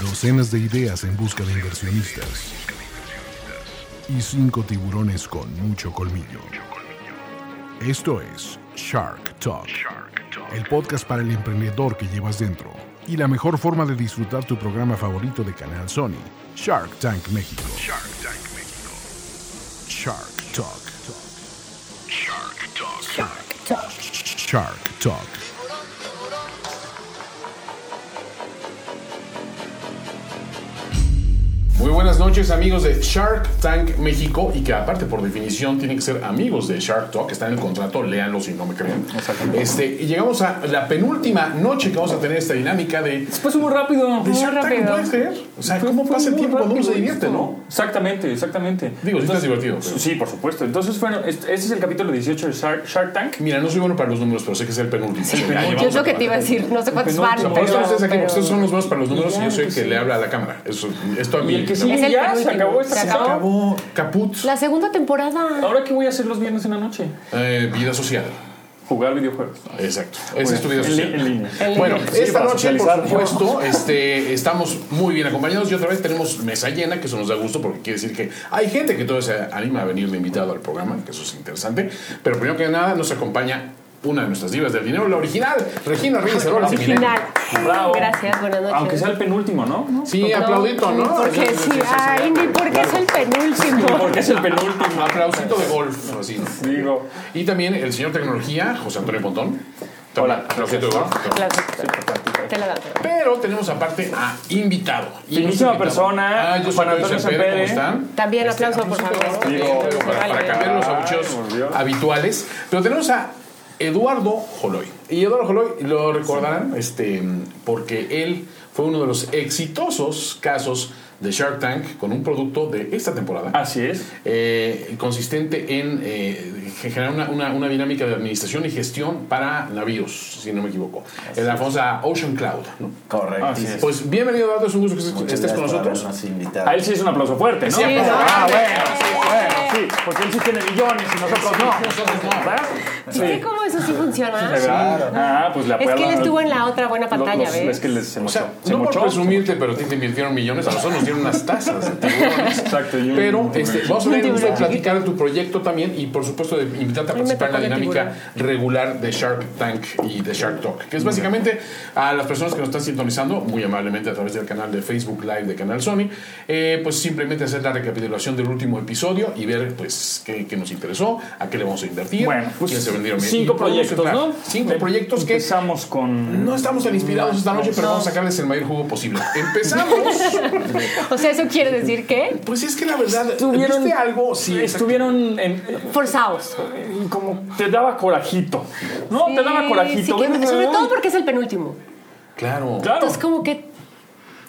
docenas de ideas en busca de inversionistas y cinco tiburones con mucho colmillo. Esto es Shark Talk, el podcast para el emprendedor que llevas dentro y la mejor forma de disfrutar tu programa favorito de Canal Sony, Shark Tank México. Shark Tank México. Shark Talk. Shark Talk. Shark Talk. Shark Talk. Muy buenas noches amigos de Shark Tank México y que aparte por definición tienen que ser amigos de Shark Talk, está en el contrato, léanlo si no me creen. Este, y llegamos a la penúltima noche que vamos a tener esta dinámica de, Pues muy rápido. de muy Shark Tank, rápido. ¿puedes creer? O sea, Fue- ¿cómo fue pasa el muy tiempo cuando uno se rápido divierte, esto. no? Exactamente, exactamente. Digo, sí Entonces- estás divertido, pero- Sí, por supuesto. Entonces, bueno, este este es el capítulo 18 de Shark, Shark Tank. Mira, no soy bueno para los números, pero sé que es el penúltimo. Sí, Ya penúltimo. llevamos Yo es lo que la te iba a plática. decir, no sé cuántos Pero- van, pero- Por eso pero- ustedes aquí, porque pero- ustedes son los buenos para los números y yo Claro soy el que que sí. le habla a la cámara. Eso, esto a mí Y el que me- sigue Es el ya, se penúltimo. acabó esta Se Se sesión. acabó. acabó caput La segunda temporada. Ahora, ¿qué voy a hacer los viernes en la noche? eh, vida social. Jugar videojuegos. Exacto. Esa es tu vida Pues, En social. li- en línea. Bueno, Sí, esta para noche, por socializar. supuesto, este, estamos muy bien acompañados y otra vez tenemos mesa llena, que eso nos da gusto porque quiere decir que hay gente que todavía se anima a venir de invitado al programa, que eso es interesante. Pero primero que nada, nos acompaña una de nuestras divas del dinero, la original, Regina Reyes Heroles. Ah, Original. Bravo. Gracias, buenas noches. Aunque sea el penúltimo, ¿no? Sí, aplaudito, ¿no? Porque sí, ay, ni porque es el penúltimo. Porque es el ah. penúltimo. Aplausito de golf, así. ¿no? Digo, Y también el señor Tecnología, José Antonio Pontón. Hola. Aplausito de golf. Aplausos. Te la doy. Pero tenemos aparte a invitado. Y Finísima nuestro persona, Ah, yo soy Juan Antonio Antonio Sempere, ¿cómo Sempere. están? Este, También aplauso, por favor. Digo, Digo, para, para cambiar los abucheos Ay, Ah, volvió. habituales. Pero tenemos a Eduardo Joloy. Y Eduardo Joloy lo recordarán este, porque él fue uno de los exitosos casos de Shark Tank con un producto de esta temporada. así es. eh, consistente en eh, generar una, una- una dinámica de administración y gestión para navíos, si no me equivoco. la famosa Ocean Cloud. ¿no? Correcto. Así es. ¿Este Pues bienvenido, Eduardo, es un gusto que estés- Muchas estés con gracias por nosotros. habernos invitado. A él sí es un aplauso fuerte, ¿no? Sí, aplauso. ah, bueno, sí, bueno, sí. Porque él sí tiene millones y nosotros no. Nosotros no. ¿Verdad? ¿Viste cómo eso sí funciona? ¿Verdad? Ah, pues le Es que él aplaudan. estuvo en la otra buena Los- pantalla, los- Es ¿ves? que les se O mochó. sea, Se no por mochó. presumirte, pero a ti te invirtieron millones, a nosotros nos dieron unas tasas de tiburones. Exacto, y un- Pero un este, tiburón. vamos a Un tener el gusto de tiburón. platicar de tu proyecto también y, por supuesto, de invitarte a Hoy me participar en la tocó de dinámica regular de Shark Tank y de Shark Talk, que es básicamente a las personas que nos están sintonizando muy amablemente a través del canal de Facebook Live de Canal Sony, eh, pues simplemente hacer la recapitulación del último episodio y ver pues qué, qué nos interesó, a qué le vamos a invertir, Bueno, pues, quién se vendieron bien. cinco Y podemos proyectos, entrar. ¿no? Cinco proyectos que Empezamos con. no estamos tan inspirados esta noche, pero No. vamos a sacarles el mayor jugo posible. Empezamos. O sea, eso quiere decir que Pues es que la verdad, Estuvieron- ¿viste algo? Sí, exacto. Estuvieron en, forzados. Y como te daba corajito. No, te daba Sí, corajito. sí, que- Ven, sobre ven. todo porque es el penúltimo. Claro. Claro. Entonces, como que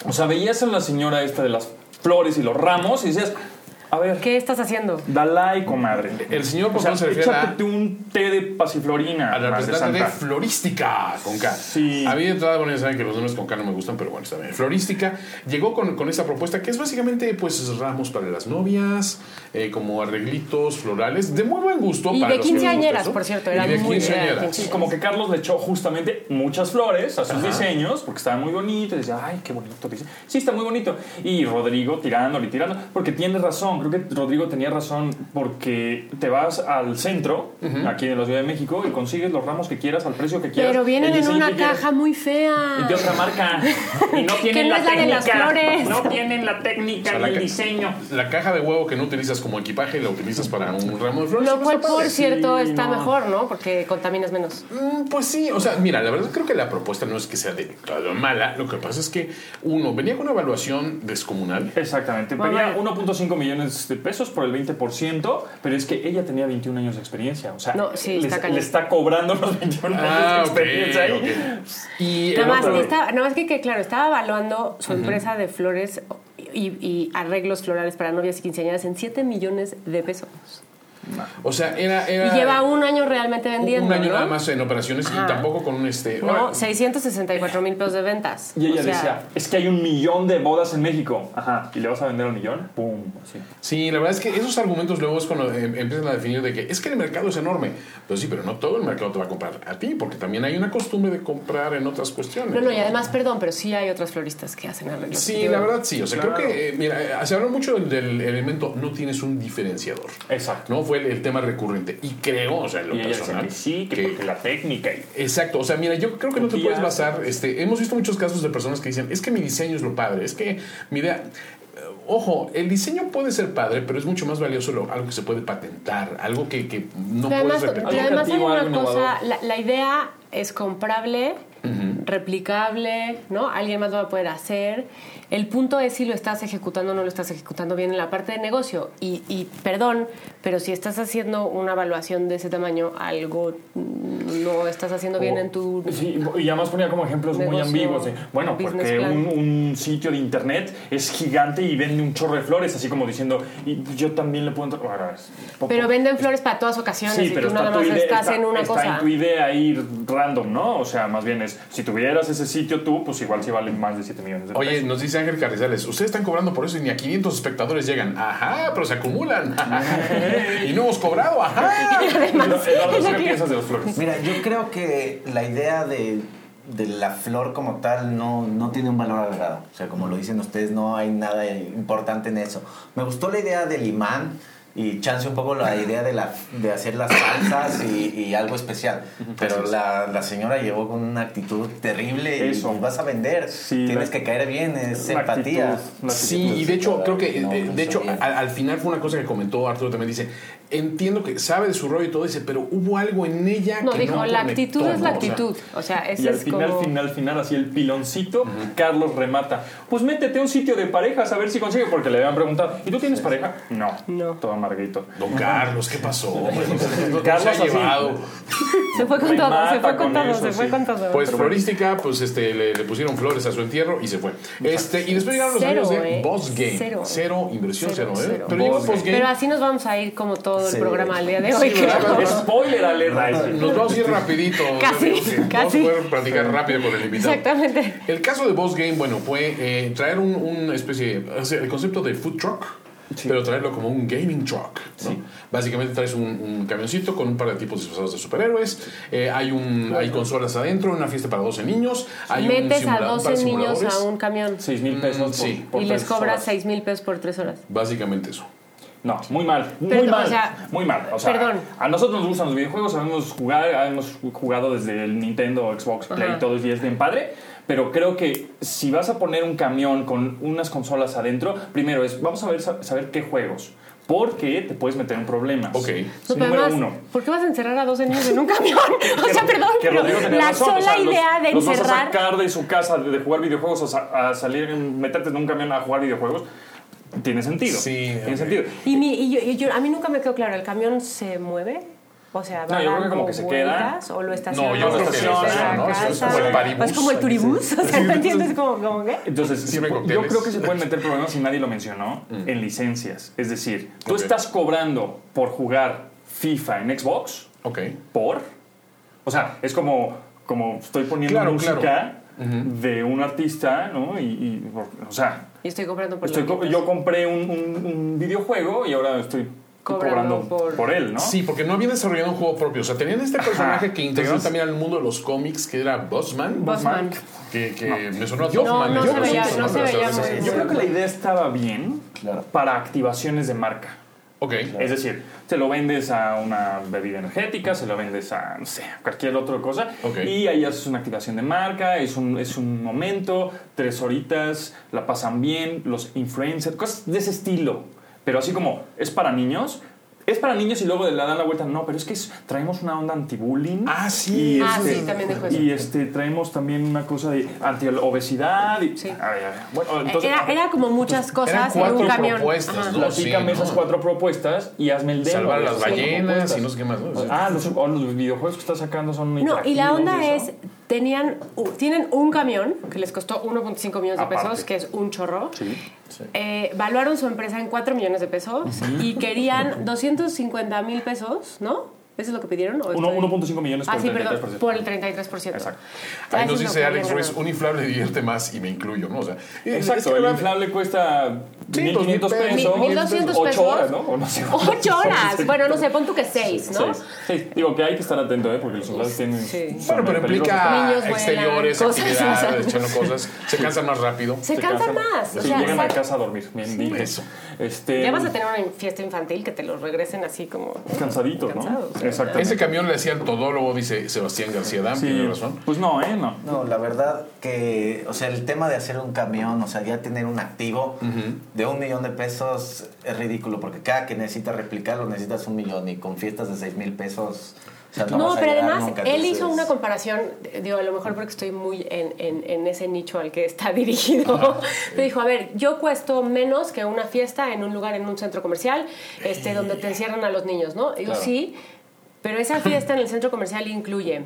O sea, veías a la señora esta de las flores y los ramos y decías, a ver, ¿Qué estás haciendo? dala y comadre. El señor O sea, Pontón se refiere a- échate un té de pasiflorina. Al madre representante de santa. Florística con K. Sí. A mí de entrada, bueno, ya saben que los nombres con K no me gustan, pero bueno, está bien. Florística llegó con, con esta propuesta que es básicamente, pues, ramos para las novias, eh, como arreglitos florales, de muy buen gusto. Y para de los que les gusta quinceañeras, eso. por cierto, Y eran de muy- eran quinceañeras. Sí, como que Carlos le echó justamente muchas flores a sus diseños porque estaban muy bonitos. Y decía, ay, qué bonito. diseño". Sí, está muy bonito. Y Rodrigo tirándole y tirando. Porque tiene razón. Creo que Rodrigo tenía razón porque te vas al centro, aquí en la Ciudad de México, y consigues los ramos que quieras al precio que quieras. Pero vienen el en diseño una que quieras, caja muy Y fea. de otra marca. Y no tienen no la es la de técnica. las flores. No tienen la técnica sea, la ni el ca- diseño. La caja de huevo que no utilizas como equipaje la utilizas para un ramo de flores. Lo cual, Está por padre. cierto, sí, está no. mejor, ¿no? Porque contaminas menos. Mm, Pues sí, o sea, mira, la verdad creo que la propuesta no es que sea de todo mala. Lo que pasa es que, uno, venía con una evaluación descomunal. Exactamente. Bueno, Pedía 1.5 millones de pesos por el 20%, pero es que ella tenía 21 años de experiencia. O sea, No, sí, le, está cañón. le está cobrando los 21 Ah, años de experiencia ahí. ok, ok. Y el Nada más, otro- que estaba- nada más que, que, claro, estaba evaluando su empresa de flores y, y arreglos florales para novias y quinceañeras en 7 millones de pesos. O sea, era. Y era lleva un año realmente vendiendo. un año ¿no? nada más en operaciones Ajá. y tampoco con un este. No, 664 mil pesos de ventas. Y ella O sea, decía, es que hay un millón de bodas en México. Ajá. ¿Y le vas a vender al millón? Pum. Así. Sí, la verdad es que esos argumentos luego es cuando em- empiezan a definir de que es que el mercado es enorme. Pues sí, pero no todo el mercado te va a comprar a ti, porque también hay una costumbre de comprar en otras cuestiones. No, no, y además, perdón, pero sí hay otras floristas que hacen arreglos. Sí, Digo, la verdad sí. O sea, creo Claro. que, eh, mira, eh, se habló mucho del, del elemento no tienes un diferenciador. Exacto. ¿No? Fue el, el tema recurrente. Y creo, o sea, en lo Y ella decía personal. que sí, que, porque la técnica. y- Exacto, o sea, mira, yo creo que no te Confía. puedes basar, este, hemos visto muchos casos de personas que dicen, es que mi diseño es lo padre, es que, mira, eh, ojo, el diseño puede ser padre, pero es mucho más valioso lo- algo que se puede patentar, algo que, que no Pero además, puedes repetir. pero además hay Algo una creativo, algo cosa, innovador. la, la idea es comprable, replicable, ¿no? Alguien más lo va a poder hacer. El punto es si lo estás ejecutando o no lo estás ejecutando bien en la parte de negocio. Y, y, perdón, pero si estás haciendo una evaluación de ese tamaño, algo mm, no estás haciendo Oh. bien en tu... Sí, y además ponía como ejemplos muy Negocio, ambiguos. de, bueno, business porque plan. un, un sitio de internet es gigante y vende un chorro de flores, así como diciendo, y yo también le puedo entrar. Ahora, es un poco- Pero venden flores para todas ocasiones Sí, y pero tú nada está, tu más idea, estás está- en una está cosa. en tu idea ahí random, ¿no? O sea, más bien es, si tuvieras ese sitio tú, pues igual sí vale más de 7 millones de pesos. Oye, nos dice Ángel Carrizales, ustedes están cobrando por eso y ni a 500 espectadores llegan. Ajá, pero se acumulan. y no hemos cobrado, ajá. Eduardo, ¿sí ¿qué piensas de las flores? Mira, yo creo que la idea de, de la flor como tal no, no tiene un valor agregado. O sea, como lo dicen ustedes, no hay nada importante en eso. Me gustó la idea del imán y chance un poco la idea de, la, de hacer las salsas y, y algo especial. Pero la, la señora llegó con una actitud terrible y Eso. pues, vas a vender. Sí, Tienes la- que caer bien, es La empatía. actitud, la Sí, actitud. y de hecho, creo que, eh, No, de, no de hecho, sabía. al, al final fue una cosa que comentó Arturo también, dice, entiendo que sabe de su rollo y todo, dice, pero hubo algo en ella No, que dijo, no la conectó", actitud es la ¿no? O sea, actitud. O sea, ese Y al es final, como... final, final, así el piloncito, Carlos remata. Pues métete a un sitio de parejas a ver si consigue, porque le habían preguntado, ¿y tú tienes pareja? No. No. Todo amarguito. Don Carlos, ¿qué pasó? Pues, Carlos Carlos ha así. llevado. Se fue con Me todo, se mata fue con con todo, eso, se fue sí. con todo. Pues florística, pues este, le, le pusieron flores a su entierro y se fue. Este, y después llegaron los Cero, años de eh. Boss Game. Cero. inversión, Cero, cero, ¿eh? cero. Pero llegó Boss Boss Game. Pero así nos vamos a ir como todo el Sí. programa al día de hoy. creo. ¿verdad? Spoiler alert. Nos vamos a ir rapidito. Casi, Digo, que Vamos casi. a poder platicar rápido con el invitado. Exactamente. El caso de Boss Game, bueno, fue eh, traer un, una especie, o sea, el concepto de food truck, pero traerlo como un gaming truck. ¿no? Básicamente traes un, un camioncito con un par de tipos disfrazados de superhéroes, eh, hay un hay consolas adentro, una fiesta para 12 niños, hay un Metes a simulador para 12 niños simuladores. a un camión 6 mil pesos. Mm, sí. por- por y les tres cobras horas. 6 mil pesos por 3 horas. Básicamente eso. No, muy mal, muy Pero, o mal, sea, muy mal. O sea, perdón. A nosotros nos gustan los videojuegos, sabemos jugar, hemos jugado desde el Nintendo, Xbox, Play, Ajá. todo y es bien padre. Pero creo que si vas a poner un camión con unas consolas adentro, primero es, vamos a ver sa- saber qué juegos, porque te puedes meter en problemas. Ok. No, pero Número además, uno. ¿por qué vas a encerrar a 12 niños en un camión? o sea, perdón, que pero Rodrigo tenía la razón, sola o sea, los- idea de los vas a encerrar... sacar de su casa, de, de jugar videojuegos, a, sa- a salir, meterte en un camión a jugar videojuegos, tiene sentido. Sí, tiene ok. sentido. Y, mi- y yo, y yo- a mí nunca me quedó claro, ¿el camión se mueve? O sea, ¿va No, yo creo que como dando que se queda. vueltas ¿O lo estaciona? No, yo creo que se lo estaciona, ¿no? ¿no? Eso es como el paribús. Es como el turibús, o sea, ¿no entiendes cómo, cómo qué? Entonces, Sí, se me pu- cocteles. yo creo que se pueden meter problemas y nadie lo mencionó en licencias. Es decir, tú Ok. estás cobrando por jugar FIFA en Xbox Ok. por. O sea, es como, como estoy poniendo Claro, música claro. de un artista, ¿no? Y, y por- o sea, Y estoy comprando por estoy co- loquitas. yo compré un, un- un videojuego y ahora estoy Cobrando cobrando, por- por... él, ¿no? Sí, porque no habían desarrollado un juego propio. O sea, tenían este personaje que integraron Entonces- también al mundo de los cómics, que era Bossman. Bossman. Que, que me sonó a No, Duffman, no eso se me veía, sonó, no se pero veía sabes, muy... Yo creo que la idea estaba bien Claro. para activaciones de marca. Ok. Es decir, se lo vendes a una bebida energética, se lo vendes a, no sé, a cualquier otra cosa. Ok. Y ahí haces una activación de marca, es un, es un momento, tres horitas, la pasan bien, los influencers, cosas de ese estilo. Pero así como, es para niños. Es para niños y luego le dan la vuelta. No, pero es que es- traemos una onda anti-bullying. Ah, sí. Y Ah, este, sí, también dijo eso. Y este, traemos también una cosa de anti-obesidad. y- Sí. Eh, A ver, a ver. Bueno, entonces, Era, era como muchas Eran cosas en cuatro un camión. propuestas, Ajá. ¿no? Platícame Sí, esas ¿no? cuatro propuestas y hazme el demo. Salvar a de las esas cuatro ballenas propuestas. y no sé qué más. ¿no? O sea, Ah, los, o los videojuegos oh, que está sacando son No, y la interactivos onda y es, eso. tenían, u- tienen un camión que les costó 1.5 millones de Aparte. pesos, que es un chorro. Sí. Eh, valuaron su empresa en 4 millones de pesos y querían 250 mil pesos, ¿no? ¿Eso es lo que pidieron? ¿O Uno- estoy- 1.5 millones por ah, sí, el perdón, 33%. por el 33%. Exacto. Ya Ahí eso nos es lo dice que Alex habían Ruiz, ganado. un inflable divierte más y me incluyo, ¿no? O sea, Exacto, el inflable cuesta Sí, 1.500 2,000 pesos. pesos. 1,200 8 pesos. horas, ¿no? O no sé cuántas Ocho horas. son. Bueno, no sé, pon tú que seis, ¿no? Seis. Sí, digo que hay que estar atento, ¿eh? Porque los inflables tienen. Sí. son Bueno, pero peligrosos. implica Niños vuelan, exteriores, cosas, actividades, o sea. echando cosas. Se cansan más rápido. Se, cansa más. O Sí, sea, llegan a sa- casa a dormir. Bien, dicho. Eso. Este, ya vas a tener una fiesta infantil que te lo regresen así como... Cansaditos, ¿no? Cansados, ¿no? Exactamente. Ese camión le hacía el todólogo, dice Sebastián García Dam, tiene razón. Pues no, ¿eh? No. No, la verdad que, o sea, el tema de hacer un camión, o sea, ya tener un activo de un millón de pesos es ridículo, porque cada que necesitas replicarlo necesitas un millón y con fiestas de seis mil pesos, o sea, no, No, vas a pero llegar además, nunca, él entonces- hizo una comparación, eh, digo, a lo mejor porque estoy muy en, en- en ese nicho al que está dirigido. Te dijo, a ver, yo cuesto menos que una fiesta en un lugar, en un centro comercial, este, donde te encierran a los niños, ¿no? Y Yo Claro. sí, pero esa fiesta en el centro comercial incluye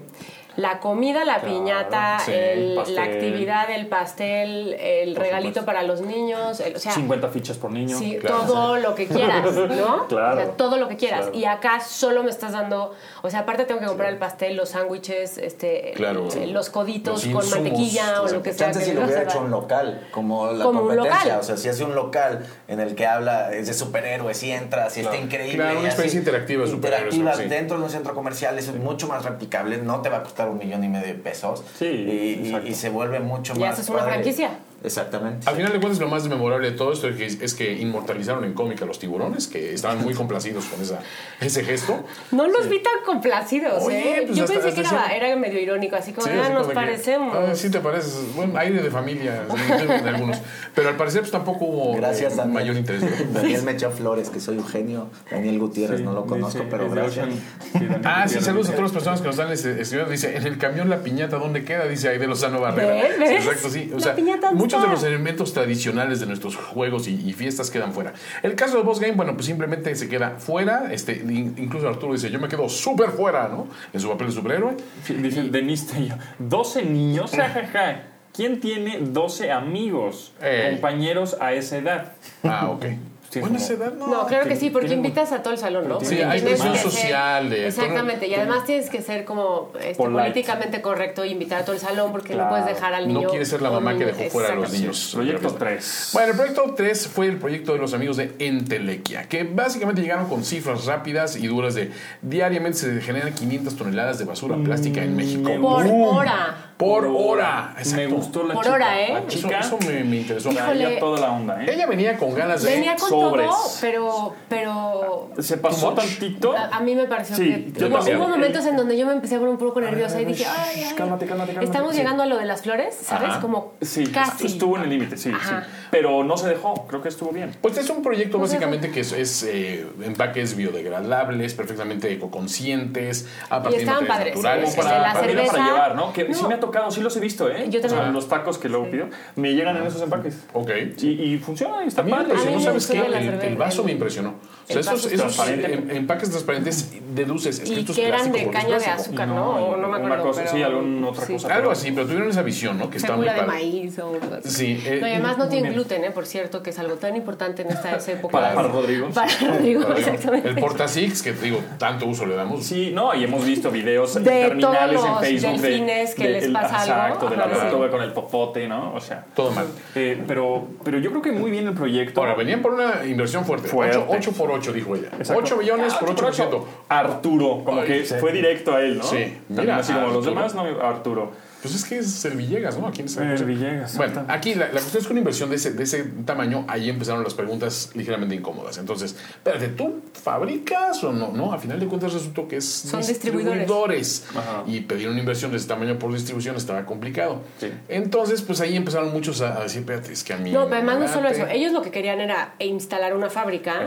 la comida, la Claro, piñata, sí, el- pastel. la actividad, el pastel, el Por regalito supuesto. para los niños, el- o sea, 50 fichas por niño. Sí, Claro. todo lo que quieras, ¿no? Claro. O sea, todo lo que quieras. Claro. Y acá solo me estás dando, o sea, aparte tengo que comprar el pastel, los sándwiches, este, Claro. eh, los coditos Los con insumos, mantequilla o lo que sea. Chance que si le lo vas a hubiera dar. hecho un local, como la Como un competencia. local. O sea, si hace un local en el que habla es de superhéroes y entras y Claro. está increíble. Claro, y una experiencia así, interactiva de superhéroes, Interactiva sí. dentro de un centro comercial, eso es mucho más replicable, no te va a costar un millón y medio de pesos. Sí, y- Y, exacto. y se vuelve mucho Y más. haces una padre. franquicia. Exactamente. Al final de cuentas, lo más memorable de todo esto es que, es que inmortalizaron en cómic a los tiburones, que estaban muy complacidos con esa, ese gesto. No los vi tan complacidos, Oye, ¿eh? pues Yo hasta- pensé hasta que era, cierto- era medio irónico, así como, Sí, ah, así nos como que, parecemos. ah, sí, te pareces. Bueno, aire de familia sí, de algunos. Pero al parecer, pues tampoco hubo Gracias, eh, Daniel. mayor interés. Daniel me echó flores, que soy un genio. Daniel Gutiérrez, no lo conozco, pero gracias. Ah, sí, saludos a todas las personas que nos están este- escribiendo. Dice, en el camión la piñata, ¿dónde queda? Dice ahí de Lozano Barrera. ¿Ves? Sí, ¿Ves? Exacto, sí. O La sea, piñata, ¿dónde muchos de está? los elementos tradicionales de nuestros juegos y, y fiestas quedan fuera. El caso de Boss Game, bueno, pues simplemente se queda fuera. Este, in- incluso Arturo dice, yo me quedo súper fuera, ¿no? En su papel de superhéroe. Dicen Denise Tello, 12 niños, jajaja. ¿Quién tiene 12 amigos, Eh. compañeros a esa edad? Ah, ok. Sí, bueno, como- esa edad no. No, claro que tiene- sí, porque tiene- invitas a todo el salón, ¿no? Sí, Porque hay tienes presión que ser- social de- Exactamente, y además tienes que ser como este, Polite. políticamente correcto e invitar a todo el salón porque Claro. no puedes dejar al niño. No quiere ser la mamá con- que dejó fuera a los Exacto. niños. Proyecto 3. Bueno, el proyecto 3 fue el proyecto de los amigos de Entelequia, que básicamente llegaron con cifras rápidas y duras de diariamente se generan 500 toneladas de basura Mm, plástica en México. Por ¡Bum! hora. Por hora. Me Exacto. gustó la Por chica. hora, ¿eh? La Eso, chica eso me, me interesó. traía Híjole. toda la onda, ¿eh? Ella venía con ganas de... Venía con Sobres. todo, pero, pero Se pasó Too much. tantito. a, a mí me pareció Sí, que yo hubo, también. hubo momentos en donde yo me empecé a poner un poco nerviosa y dije, shh, ay, ay, cálmate, cálmate, cálmate". estamos Sí. llegando a lo de las flores, ¿sabes? Ajá. Como Sí, casi. estuvo en el límite, sí, Ajá. sí. Pero no se dejó, creo que estuvo bien. Pues es un proyecto Pues básicamente que es, es, eh, empaques biodegradables, perfectamente ecoconscientes, a partir de estaban materiales padres, naturales. como para- Exacto. Este, la para, mira, para cerveza. llevar, ¿no? Que sí No. me ha tocado, sí los he visto, ¿eh? Yo también. O sea, los tacos que luego pido me llegan en esos empaques. Ok. Y, y funciona, y está A mí me padre. A mí impresionó, me ¿sabes qué? gustó la El, cerveza, el vaso el- me impresionó. O sea, el esos, vaso esos transparente. em- empaques transparentes deduces es que Y esto es que eran plástico de porque es caña de plástico. azúcar, ¿no? O no me alguna acuerdo, cosa, pero- sí, alguna otra sí. cosa. Algo pero- así, pero tuvieron esa visión, ¿no? Que está muy Fécula de padre. maíz o algo así. Sí, eh, No, y además no muy tiene bien. gluten, ¿eh? por cierto, que es algo tan importante en esta esa época. Para, para Rodrigo. Para Rodrigo, Pero digo, exactamente. El Porta Six, que te digo, tanto uso le damos. Sí, no, y hemos visto videos De terminales todos en los Facebook. de- delfines que de- les el- pasa algo. Exacto, de la Ajá, sí. tortuga con el popote, ¿no? O sea. Todo mal. eh, pero, pero yo creo que muy bien el proyecto. Ahora, venían por una inversión fuerte. Fuerte. 8 por 8, dijo ella. Exacto. 8 millones Ah, por 8%. ocho Arturo, como Ay, que sí. fue directo a él, ¿no? Sí, También mira, así como los Arturo. demás, no, Arturo. Pues es que es el Villegas, ¿no? Aquí en San- El Villegas, Bueno, exactamente. aquí la, la cuestión es que una inversión de ese, de ese tamaño, ahí empezaron las preguntas ligeramente incómodas. Entonces, espérate, ¿tú fabricas o no? No, a final de cuentas resultó que es Son distribuidores. distribuidores. Ajá. Y pedir una inversión de ese tamaño por distribución estaba complicado. Sí. Entonces, pues ahí empezaron muchos a, a decir, espérate, es que a mí... No, pero además no me solo late". eso. Ellos lo que querían era instalar una fábrica.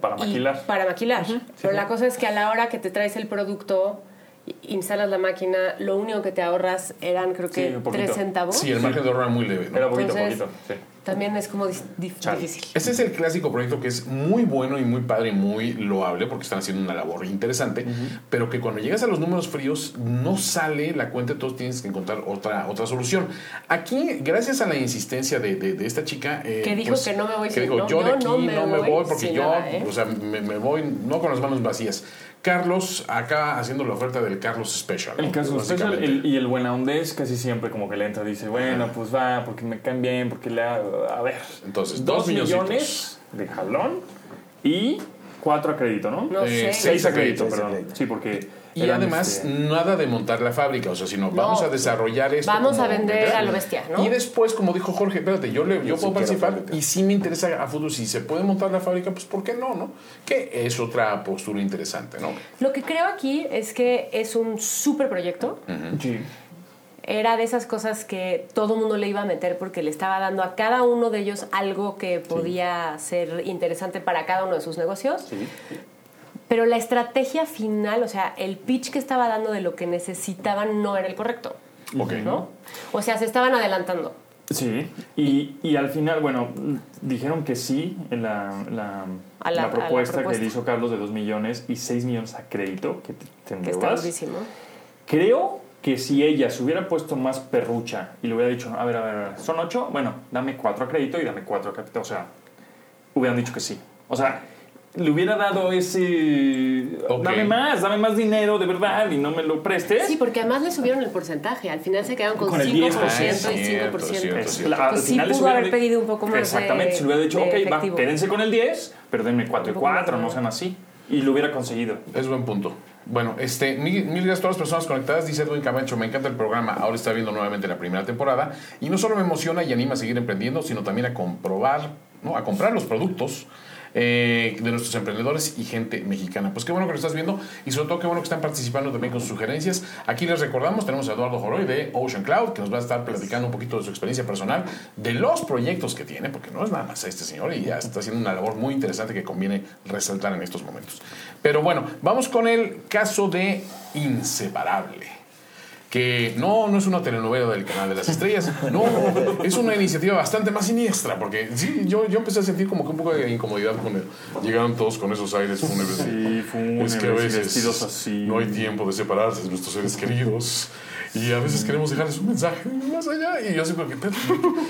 Para y- maquilar. Para maquilar. Pero la cosa es que a la hora que te traes el producto instalas la máquina, lo único que te ahorras eran creo Sí, que un poquito. tres centavos. Sí, el margen de ahorro era muy leve. ¿no? Era poquito, Entonces- poquito. Sí. También es como dis- dif- Chale. difícil. Este es el clásico proyecto que es muy bueno y muy padre y muy loable porque están haciendo una labor interesante, pero que cuando llegas a los números fríos no sale la cuenta, todos tienes que encontrar otra, otra solución. Aquí, gracias a la insistencia de, de- de esta chica... eh, Que dijo que no me voy que sin- dijo, no, yo de yo aquí no me, voy, porque sin yo, nada, ¿eh? o sea, me, me voy no con las manos vacías. Carlos acaba haciendo la oferta del Carlos Special. El ¿no? caso especial Básicamente. el- y el buena onda es casi siempre como que le entra y dice, bueno, pues va, porque me caen bien, porque le hago- A ver. Entonces, dos dos milloncitos. millones de jalón y cuatro a crédito, ¿no? No Eh, sé. seis Seis a crédito, Seis a perdón. crédito. Sí, porque. Y eran, además, este, nada de montar la fábrica, o sea, sino vamos a desarrollar esto. Vamos como- a vender a lo bestia, ¿no? Y después, como dijo Jorge, espérate, yo, le, yo puedo sí quiero participar fábrica. y si me interesa a futuro, si se puede montar la fábrica, pues ¿por qué no, no? Que es otra postura interesante, ¿no? Lo que creo aquí es que es un súper proyecto. sí. Era de esas cosas que todo mundo le iba a meter porque le estaba dando a cada uno de ellos algo que podía ser interesante para cada uno de sus negocios. Pero la estrategia final, o sea, el pitch que estaba dando de lo que necesitaban no era el correcto, Ok. ¿no? O sea, se estaban adelantando. Sí, y, y al final, bueno, dijeron que sí en la, la, A la- la a la propuesta que propuesta. le hizo Carlos de 2 millones y 6 millones a crédito, que te, te Que está endeudas. durísimo. Creo que si ella se hubiera puesto más perrucha y le hubiera dicho, a ver, a ver, a ver, son 8, bueno, dame 4 a crédito y dame 4 a capital, o sea, hubieran dicho que sí. O sea, le hubiera dado ese, Ok. dame más, dame más dinero de verdad y no me lo ¿Eh? prestes. Sí, porque además le subieron el porcentaje. Al final se quedaron con, Con el 5% 10%, y 5%. cierto, cierto. Es cierto. la- Pues al sí final les pudo hubiera haber de- pedido un poco más de- Exactamente, se le hubiera dicho, de ok, va, efectivo". quédense con el 10, pero denme 4 y Un poco más, 4, no ¿no? sean así. Y lo hubiera conseguido. Es buen punto. Bueno, este, mil, mil gracias a todas las personas conectadas. Dice Edwin Camacho, me encanta el programa. Ahora está viendo nuevamente la primera temporada. Y no solo me emociona y anima a seguir emprendiendo, sino también a comprobar, ¿no? A comprar los productos eh, de nuestros emprendedores y gente mexicana. Pues qué bueno que lo estás viendo y sobre todo qué bueno que están participando también con sus sugerencias. Aquí les recordamos, tenemos a Eduardo Joroy de Ocean Cloud, que nos va a estar platicando un poquito de su experiencia personal, de los proyectos que tiene, porque no es nada más este señor y ya está haciendo una labor muy interesante que conviene resaltar en estos momentos. Pero bueno, vamos con el caso de Inseparable. Que no, no es una telenovela del Canal de las Estrellas, no, es una iniciativa bastante más siniestra, porque sí, yo, yo empecé a sentir como que un poco de incomodidad cuando llegaron todos con esos aires fúnebres. Sí, fúnebres es que a y veces vestidos así. no hay tiempo de separarse de nuestros seres queridos. Y a veces queremos dejarles un mensaje más allá. Y yo así como que, "Pero,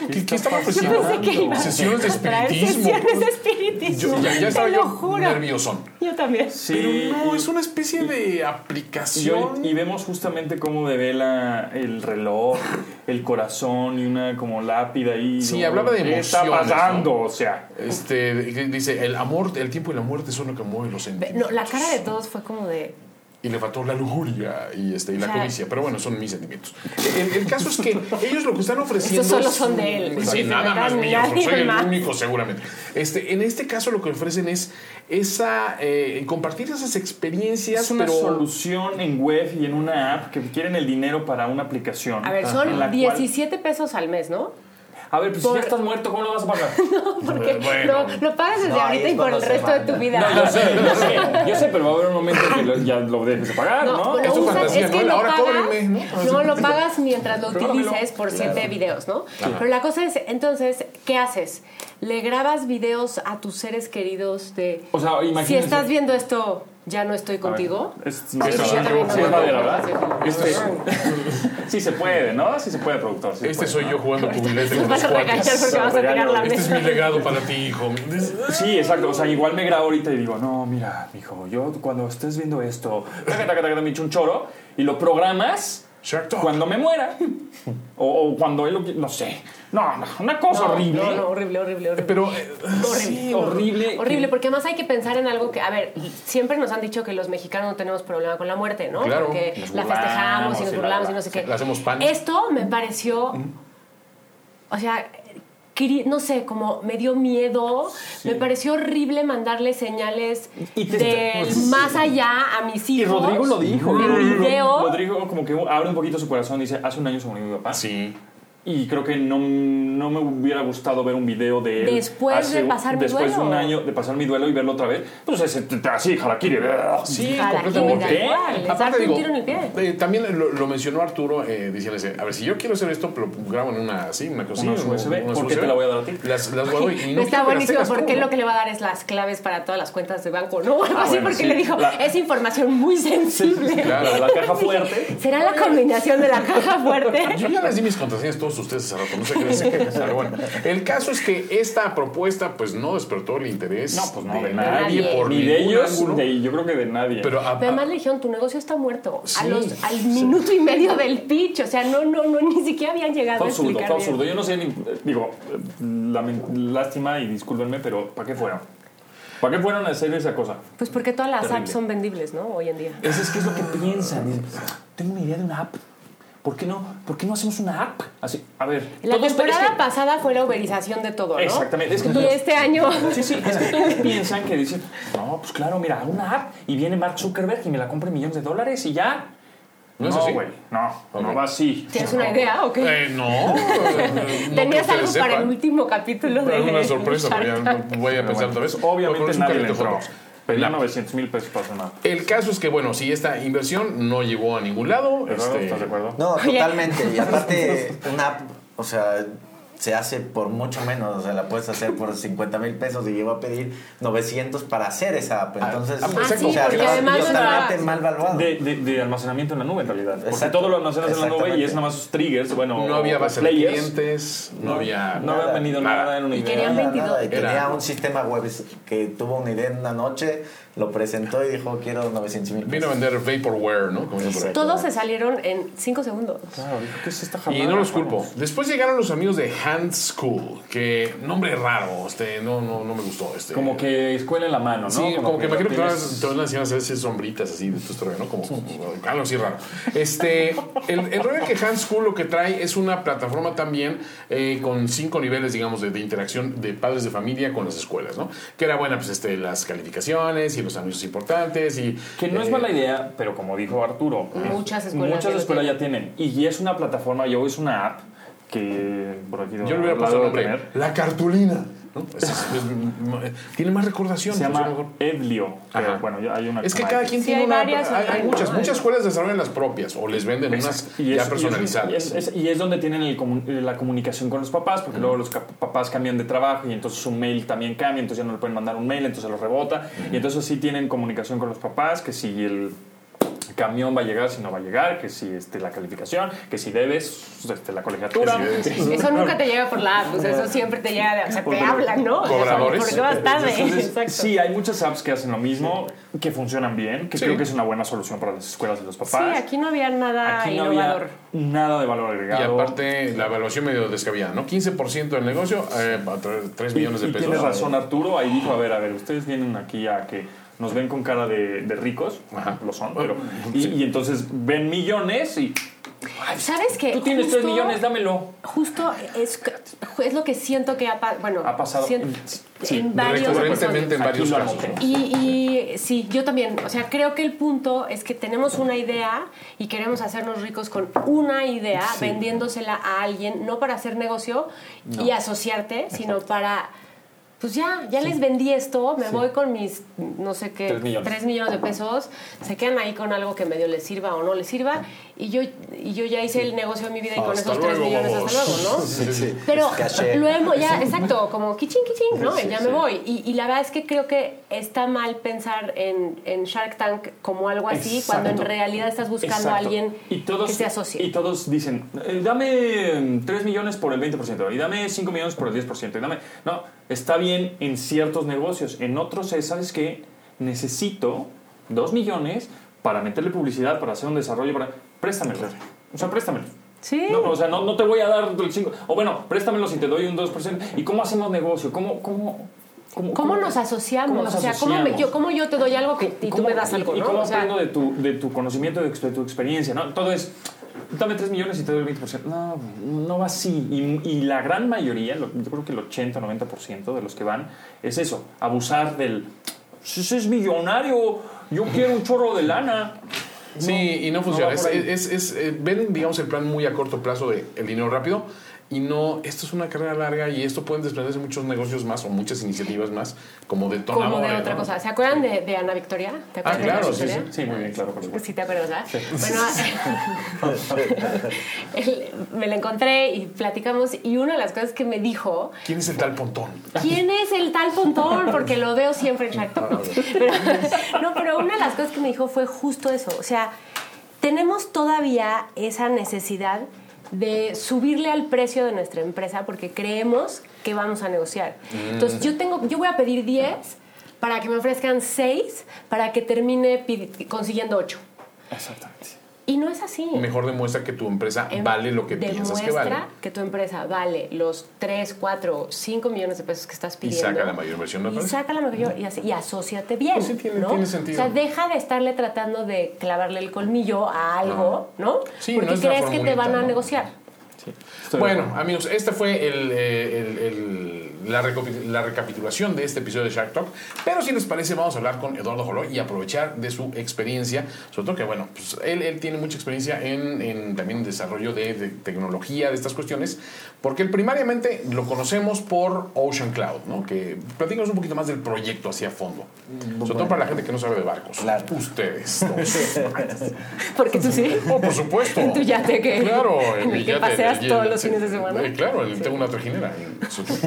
¿qué, qué, qué estaban ofreciendo? No sé qué iba a sesiones de traer espiritismo. sesiones de espiritismo. Yo, ya, ya estaba te lo yo juro. nerviosón. Yo también. Sí, Pero no, y- es una especie de Y, hoy- aplicación. y vemos justamente cómo devela el reloj, el corazón y una como lápida ahí. Sí, ¿no? hablaba de ¿Qué está emociones, pasando? ¿no? O sea, Este, dice, el amor, el tiempo y la muerte son lo que mueve los Ve- sentimientos. No, la cara de todos fue como de. y le faltó la lujuria y, este, y la O sea, codicia. Pero bueno, son mis sentimientos. El, el caso es que ellos lo que están ofreciendo. Estos solo es son un- de él, Sí, porque nada de más verdad mío. nadie Soy el más. único, seguramente. Este, en este caso, lo que ofrecen es esa, eh, compartir esas experiencias. es una pero- solución en web y en una app que quieren el dinero para una aplicación. Ah, A ver, en son la cual- 17 pesos al mes, ¿no? A ver, pues si por- ya estás muerto, ¿cómo lo vas a pagar? Porque bueno. lo, lo pagas desde No, ahí ahorita es y por el cuando se resto de manda. tu vida. yo sé, yo sé, yo sé, pero va a haber un momento que lo- ya lo dejes de pagar, No, ¿no? lo Esto es usas, fantasía, es que ¿no? lo Ahora pagas, cóbrenme, ¿no? no, lo pagas mientras lo Cóbramelo. utilices por siete videos, ¿no? Pero la cosa es, entonces, ¿qué haces? ¿Le grabas videos a tus seres queridos de... O sea, imagínense. Si estás viendo esto, ya no estoy contigo. Ah, Es, Sí, Esto yo es también yo. no Sí, es voy a madera, pagar. ¿verdad? Este, Ah, sí se puede, ¿no? Sí se puede, productor. sí se Este puede, soy ¿no? yo jugando cubilete con los Nos vas a regañar cuates. porque vamos a tirar la Este mesa. Este es mi legado para ti, hijo. Sí, exacto. O sea, igual me grabo ahorita y digo, no, mira, mijo, yo cuando estés viendo esto, taca, taca, taca, me echo un choro y lo programas Shark Talk. cuando me muera. O, o cuando él lo qui- No sé. No, no, una cosa No, horrible. No, no, horrible, horrible, horrible. Pero eh, horrible. horrible. Horrible, porque además hay que pensar en algo que, a ver, siempre nos han dicho que los mexicanos no tenemos problema con la muerte, ¿no? Claro. porque Nos la burlamos festejamos y nos y la- burlamos y la- no sé qué. la hacemos pan. Esto me pareció, o sea, querí- no sé, como me dio miedo, me pareció horrible mandarle señales Y te- pues, del más allá a mis Y hijos. Rodrigo lo dijo. En video. Rodrigo como que abre un poquito su corazón y dice, hace un año se murió mi papá. sí. Y creo que no, no me hubiera gustado ver un video de él. Después de un- pasar mi Después de un duelo. año de pasar mi duelo y verlo otra vez. Pues ese, así, Jarakiri. Sí, Ojalá, completamente. que me da igual, les Aparte, darte un digo, tiro en el pie. eh, también lo, lo mencionó Arturo eh, diciéndole, a ver, si yo quiero hacer esto, pero grabo en una, sí, una cosita. Unas un- USB, unas ¿por qué te la voy a dar a ti? Las, las guardo y no quiero que Está las buenísimo tengas tú, porque ¿no? lo que le va a dar es las claves para todas las cuentas de banco, ¿no? Algo Ah, así, bueno, porque sí. le dijo, La- es información muy sensible. claro, la caja fuerte. ¿Será la combinación de la caja fuerte? Yo ya les di mis contraseñas todos ustedes hace rato, no sé qué les qué- pero bueno. El caso es que esta propuesta pues no despertó el interés No, pues no, de, de, nadie. nadie. por ni de ningún ellos, ángulo. de- yo creo que de nadie. pero ah, a- Pero además le dijeron, tu negocio está muerto. Sí. a los, al minuto y medio del pitch. O sea, no, no, no, ni siquiera habían llegado fue a absurdo, explicar fue bien. absurdo. Yo no sé, ni- digo, lamen- lástima y discúlpenme, pero ¿para qué fueron? ¿Para qué fueron a hacer esa cosa? Pues porque todas las Terrible. apps son vendibles, ¿no? Hoy en día. Eso es que es lo que piensan. Dicen, Tengo una idea de una app. ¿Por qué no, ¿por qué no hacemos una app? Así, a ver. La todos- temporada es que- pasada fue la uberización de todo, ¿no? Exactamente, es que y todos- este año... Sí, sí, es que todos piensan que dicen, no, pues claro, mira, hago una app y viene Mark Zuckerberg y me la compra en millones de dólares y ya. ¿No es así? güey, no, no Ok. va así. ¿Tienes una idea o qué? Eh, no. eh, no que Tenías ustedes algo para sepan. el último capítulo de... Pero es una sorpresa, pero ya no voy a Pero pensar bueno, pues, otra vez. Pero Obviamente es un nadie le carrito de entró. hot dogs. Pedía La- 900 mil pesos para hacer una app. El caso es que, bueno, si esta inversión no llegó a ningún lado, Pero este, ¿Estás de acuerdo? No, Oye. totalmente. Y aparte, una app, o sea, se hace por mucho menos. O sea, la puedes hacer por 50 mil pesos y llevo a pedir 900 para hacer esa app. Entonces, ah, pues, o sí, sea, porque está además no era- totalmente mal valuado. De, de- de almacenamiento en la nube, en realidad. Porque Exacto, todo lo almacenas en la nube y exactamente. es nada más sus triggers, bueno, no había o base de players. clientes, no, había. No había Nada, venido nada, nada. en una Y idea. querían Nada, 22. nada, y Era- tenía un sistema web que tuvo una idea en una noche, lo presentó y dijo, quiero 900 mil Vino a pesos. vender Vaporware, ¿no? Como dicen por ahí. Todos se salieron en 5 segundos. Claro, dijo, ¿qué es esta Y jamada? no los culpo. Después llegaron los amigos de Hand School, que nombre raro, este, no, no, no me gustó. Este. Como que escuela en la mano, ¿no? Sí, como, que imagino que te van tienes- a- te van a enseñar a hacer esas sombritas así de tu historia, ¿no? Como como algo así raro. Este, el, el rollo que Hans School lo que trae es una plataforma también eh, con cinco niveles, digamos, de, de interacción de padres de familia con las escuelas, ¿no? Que era buena, pues, este, las calificaciones y los anuncios importantes y... Que no es eh, mala idea, pero como dijo Arturo, es- Muchas escuelas ya muchas lo escuelas ya tienen. Y es una plataforma, yo es una app que por aquí Yo le hubiera la puesto el debo nombre. tener. La cartulina. ¿no? Es- es- es- tiene más recordación. Se funciona llama mejor. Edlio. pero Ajá. bueno, ya hay una Es que como cada Edlio. quien Sí, tiene hay una. varias, hay, hay ¿no? muchas, Hay muchas varias. escuelas desarrollan las propias o les venden unas Exacto. Y ya es- y es- personalizadas. Y es, es- y es donde tienen el comu- la comunicación con los papás, porque luego los cap- papás cambian de trabajo y entonces su mail también cambia, entonces ya no le pueden mandar un mail, entonces lo rebota. Y entonces sí tienen comunicación con los papás, que si el camión va a llegar, si no va a llegar, que si este, la calificación, que si debes este, la colegiatura. Que si debes. Eso nunca te llega por la app, o sea, eso siempre te llega, de- o sea, te Porque- hablan, ¿no? O sea, Cobradores. Porque vas tarde, Entonces, exacto. sí, hay muchas apps que hacen lo mismo, que funcionan bien, que Sí. creo que es una buena solución para las escuelas y los Sí, papás. aquí no había nada Aquí no innovador. había nada de valor Y agregado. aparte, la evaluación medio descabellada, ¿no? 15% del negocio, eh, va a traer 3 millones de Y pesos. Tienes razón, Arturo. Ahí dijo: A ver, a ver, ustedes vienen aquí a que nos ven con cara de, de ricos. Ajá. Lo son, pero. Y, y entonces ven millones y. ay, ¿Sabes qué? Tú tienes Eh, Justo- 3 millones, dámelo. Justo es, es lo que siento que ha, pa- bueno, Ha pasado siento- en- sí, en varios Recurrentemente en episodios. varios casos. Aquí lo anoté. ¿no? Y, y sí, yo también. O sea, creo que el punto es que tenemos una idea y queremos hacernos ricos con una idea, vendiéndosela a alguien, no para hacer negocio y asociarte, sino para. Pues ya, ya les vendí esto, me voy con mis, no sé qué, Tres millones. tres millones de pesos, se quedan ahí con algo que medio les sirva o no les sirva, y yo, y yo ya hice el negocio de mi vida y con Hasta esos tres luego, millones babos. hasta luego, ¿no? Sí, sí. Pero Caché. luego ya, exacto, como kichín, kichín, ¿no? Sí, ya sí. me voy. Y, y la verdad es que creo que está mal pensar en, en Shark Tank como algo así, Exacto. cuando en realidad estás buscando Exacto. a alguien Y todos- que se asocie. Y todos dicen, eh, dame 3 millones por el 20%, y dame 5 millones por el 10%, y dame... No, está bien en ciertos negocios, en otros es, ¿sabes qué? Necesito 2 millones para meterle publicidad, para hacer un desarrollo, para... Préstamelo. O sea, préstamelo. Sí. No, o sea, no, no te voy a dar el 5. O bueno, préstamelo si te doy un 2%. ¿Y cómo hacemos negocio? ¿Cómo, cómo, cómo, ¿Cómo nos asociamos? cómo nos o sea, ¿cómo, me- asociamos? yo, cómo yo te doy algo que, y tú ¿Cómo- me das algo, y, y ¿no? cómo O sea, aprendo de tu, de tu conocimiento, de, tu- de tu experiencia, ¿no? Todo es, dame 3 millones y te doy el 20%. No, no va así. Y, y la gran mayoría, lo- yo creo que el 80, 90% de los que van, es eso, abusar del, "Si ese es millonario, yo quiero un chorro de lana. Sí, y no no funciona. va es, por ahí. es- es- eh, ven, digamos, el plan muy a corto plazo de el dinero rápido y no, esto es una carrera larga y esto pueden desprenderse muchos negocios más o muchas iniciativas más como detonadores. Como de otra ¿no? cosa. ¿Se acuerdan de, de Ana Victoria? ¿Te Ah, acuerdas de Ana claro, sí, sí, Victoria? sí, muy bien, claro, por Pues supuesto. sí, te acuerdas, ¿verdad? Bueno, él- me la encontré y platicamos y una de las cosas que me dijo, ¿Quién es el tal Pontón? ¿quién es el tal Pontón? Porque lo veo siempre en Shark Tank. Pero, no, pero una de las cosas que me dijo fue justo eso. O sea, tenemos todavía esa necesidad de subirle al precio de nuestra empresa porque creemos que vamos a negociar. Entonces, yo, tengo, yo voy a pedir 10 para que me ofrezcan 6 para que termine pidi- consiguiendo 8. Exactamente. Y no es así. Mejor demuestra que tu empresa Em- vale lo que piensas que vale. Demuestra que tu empresa vale los 3, 4, 5 millones de pesos que estás Y pidiendo. saca la mayor versión, ¿no? Y saca la mayor y, así- y asóciate bien. Pues sí, tiene- ¿no? tiene sentido. O sea, deja de estarle tratando de clavarle el colmillo a algo, ¿no? Sí, Porque no es una crees que te formulita, van a ¿no? negociar. Estoy de Bueno, acuerdo. amigos, esta fue el, eh, el- el- la, recopi- la recapitulación de este episodio de Shark Talk. Pero si les parece, vamos a hablar con Eduardo Joló y aprovechar de su experiencia. Sobre todo que, bueno, pues, él, él tiene mucha experiencia en, en también en desarrollo de, de tecnología, de estas cuestiones. Porque él primariamente lo conocemos por Ocean Cloud, ¿no? Que platícanos un poquito más del proyecto hacia fondo. Mm, Sobre todo para la gente que no sabe de barcos. Claro. Ustedes. ¿no? Porque tú sí. Oh, por supuesto. En tu yate que- Claro, en mi el que yate, paseas en el- todos los fines de semana. Eh, claro, el- tengo una trajinera. en Xochimilco.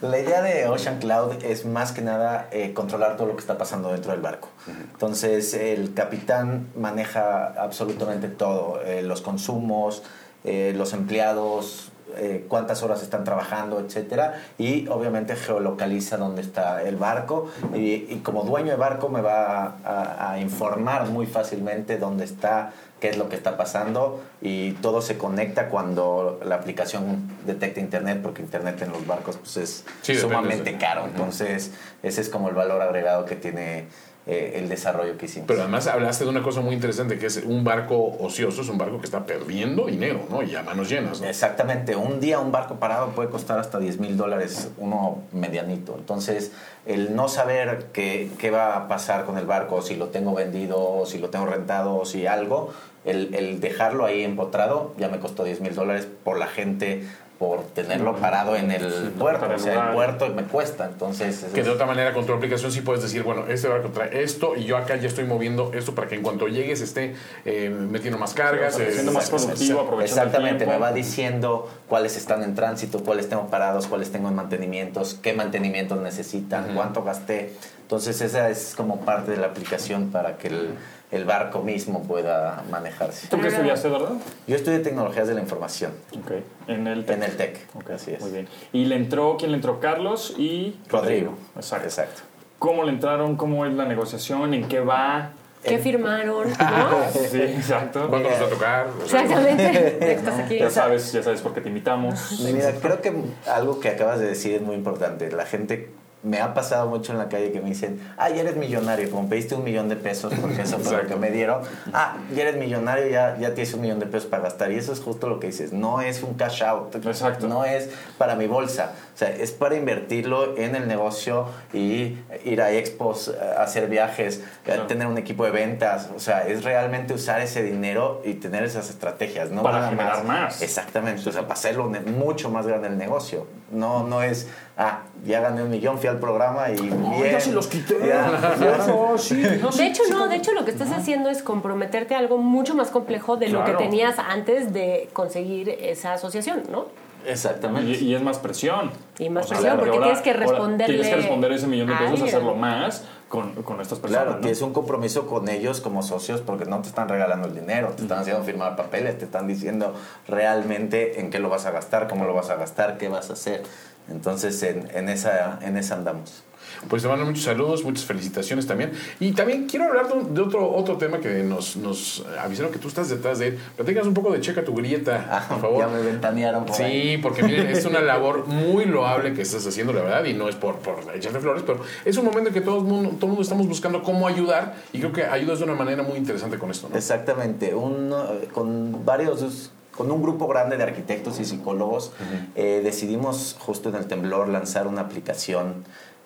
La idea de Ocean Cloud es más que nada eh, controlar todo lo que está pasando dentro del barco. Entonces, el capitán maneja absolutamente todo, eh, los consumos, eh, los empleados, eh, cuántas horas están trabajando, etcétera, y obviamente geolocaliza dónde está el barco y, y como dueño de barco me va a, a- a informar muy fácilmente dónde está, qué es lo que está pasando y todo se conecta cuando la aplicación detecta internet porque internet en los barcos pues es Sí, depende, sumamente sí. caro, entonces ese es como el valor agregado que tiene eh, el desarrollo que hicimos. Pero además hablaste de una cosa muy interesante que es un barco ocioso, es un barco que está perdiendo dinero, ¿no? Y a manos llenas, ¿no? Exactamente, un día un barco parado puede costar hasta 10 mil dólares, uno medianito. Entonces, el no saber qué, qué va a pasar con el barco, si lo tengo vendido, o si lo tengo rentado, o si algo, el, el dejarlo ahí empotrado ya me costó 10 mil dólares por la gente, por tenerlo parado en el puerto. para O sea, lugar. el puerto me cuesta, entonces... Que de otra manera, con tu aplicación sí puedes decir, bueno, este barco trae esto y yo acá ya estoy moviendo esto para que en cuanto llegues esté eh, metiendo más cargas. Sí, eh, haciendo más exacto. productivo, aprovechando el Exactamente, tiempo. me va diciendo cuáles están en tránsito, cuáles tengo parados, cuáles tengo en mantenimientos, qué mantenimientos necesitan, cuánto gasté. Entonces esa es como parte de la aplicación para que el, el barco mismo pueda manejarse. ¿Tú qué estudiaste, verdad? Yo estudié tecnologías de la información Ok. En el en el TEC. Ok, Así es. Muy bien. ¿Y le entró quién le entró? Carlos y Rodrigo. Exacto. Exacto. ¿Cómo le entraron? ¿Cómo es la negociación? ¿En qué va? ¿Qué firmaron? ¿No? Sí, exacto. ¿Cuánto nos va a tocar? O sea, Exactamente. Estás aquí. Ya sabes, ya sabes por qué te invitamos. Mira, creo que algo que acabas de decir es muy importante. La gente me ha pasado mucho en la calle que me dicen, ah, ya eres millonario, como pediste un millón de pesos, porque eso fue lo que me dieron. Ah, ya eres millonario, ya, ya tienes un millón de pesos para gastar. Y eso es justo lo que dices, no es un cash out, Exacto. no es para mi bolsa. O sea, es para invertirlo en el negocio y ir a expos, a hacer viajes, a Claro. tener un equipo de ventas. O sea, es realmente usar ese dinero y tener esas estrategias, ¿no? Para nada generar más. Exactamente, o sea, para hacerlo ne- mucho más grande el negocio. No, no es, ah, ya gané un millón, fui al programa y bien. ya se los quité. Ya, ya. De hecho, no, de hecho lo que estás haciendo es comprometerte a algo mucho más complejo de lo Claro. que tenías antes de conseguir esa asociación, ¿no? Y, Exactamente. y es más presión. Y más presión, porque ahora- tienes que ahora responderle Tienes que responder ese millón de a pesos, alguien. hacerlo más con, con estas personas. Claro, ¿no? tienes un compromiso con ellos como socios porque no te están regalando el dinero, te están haciendo firmar papeles, te están diciendo realmente en qué lo vas a gastar, cómo lo vas a gastar, qué vas a hacer. Entonces, en, en esa, en esa andamos. Pues te mando muchos saludos, muchas felicitaciones también. Y también quiero hablar de, un- de otro, otro tema que nos, nos avisaron que tú estás detrás de él. Platícanos un poco de Checa tu grieta, por favor. Ah, Ya me ventanearon por ahí. Sí, porque miren, es una labor muy loable que estás haciendo, la verdad, y no es por, por echarle flores, pero es un momento en que todo el mundo, todo el mundo estamos buscando cómo ayudar y creo que ayudas de una manera muy interesante con esto, ¿no? Exactamente, un, eh, con varios, con un grupo grande de arquitectos y psicólogos eh, decidimos justo en el temblor lanzar una aplicación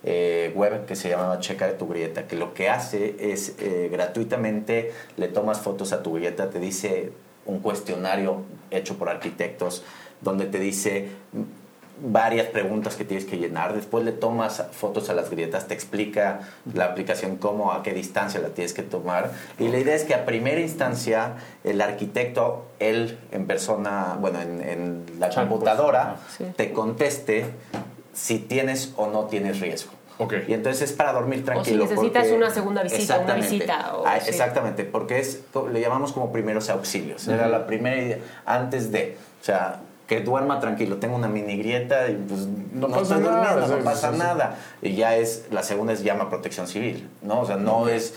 eh, web que se llamaba Checa de tu grieta, que lo que hace es eh, gratuitamente le tomas fotos a tu grieta, te dice un cuestionario hecho por arquitectos donde te dice varias preguntas que tienes que llenar, después le tomas fotos a las grietas, te explica la aplicación cómo, a qué distancia la tienes que tomar. Y la idea es que a primera instancia el arquitecto, él en persona, bueno, en, en la Chat, computadora, Sí. te conteste si tienes o no tienes riesgo. Ok. Y entonces es para dormir tranquilo. necesitas porque- una segunda visita, una Exactamente. visita, o- Ah, sí. Exactamente, porque es, le llamamos como primeros auxilios. Era la primera idea, antes de, o sea, que duerma tranquilo. Tengo una mini grieta y pues no, pasa estoy nada, durmiendo, sí, no pasa sí, sí. nada. Y ya es, la segunda es llama a protección civil, ¿no? O sea, no es,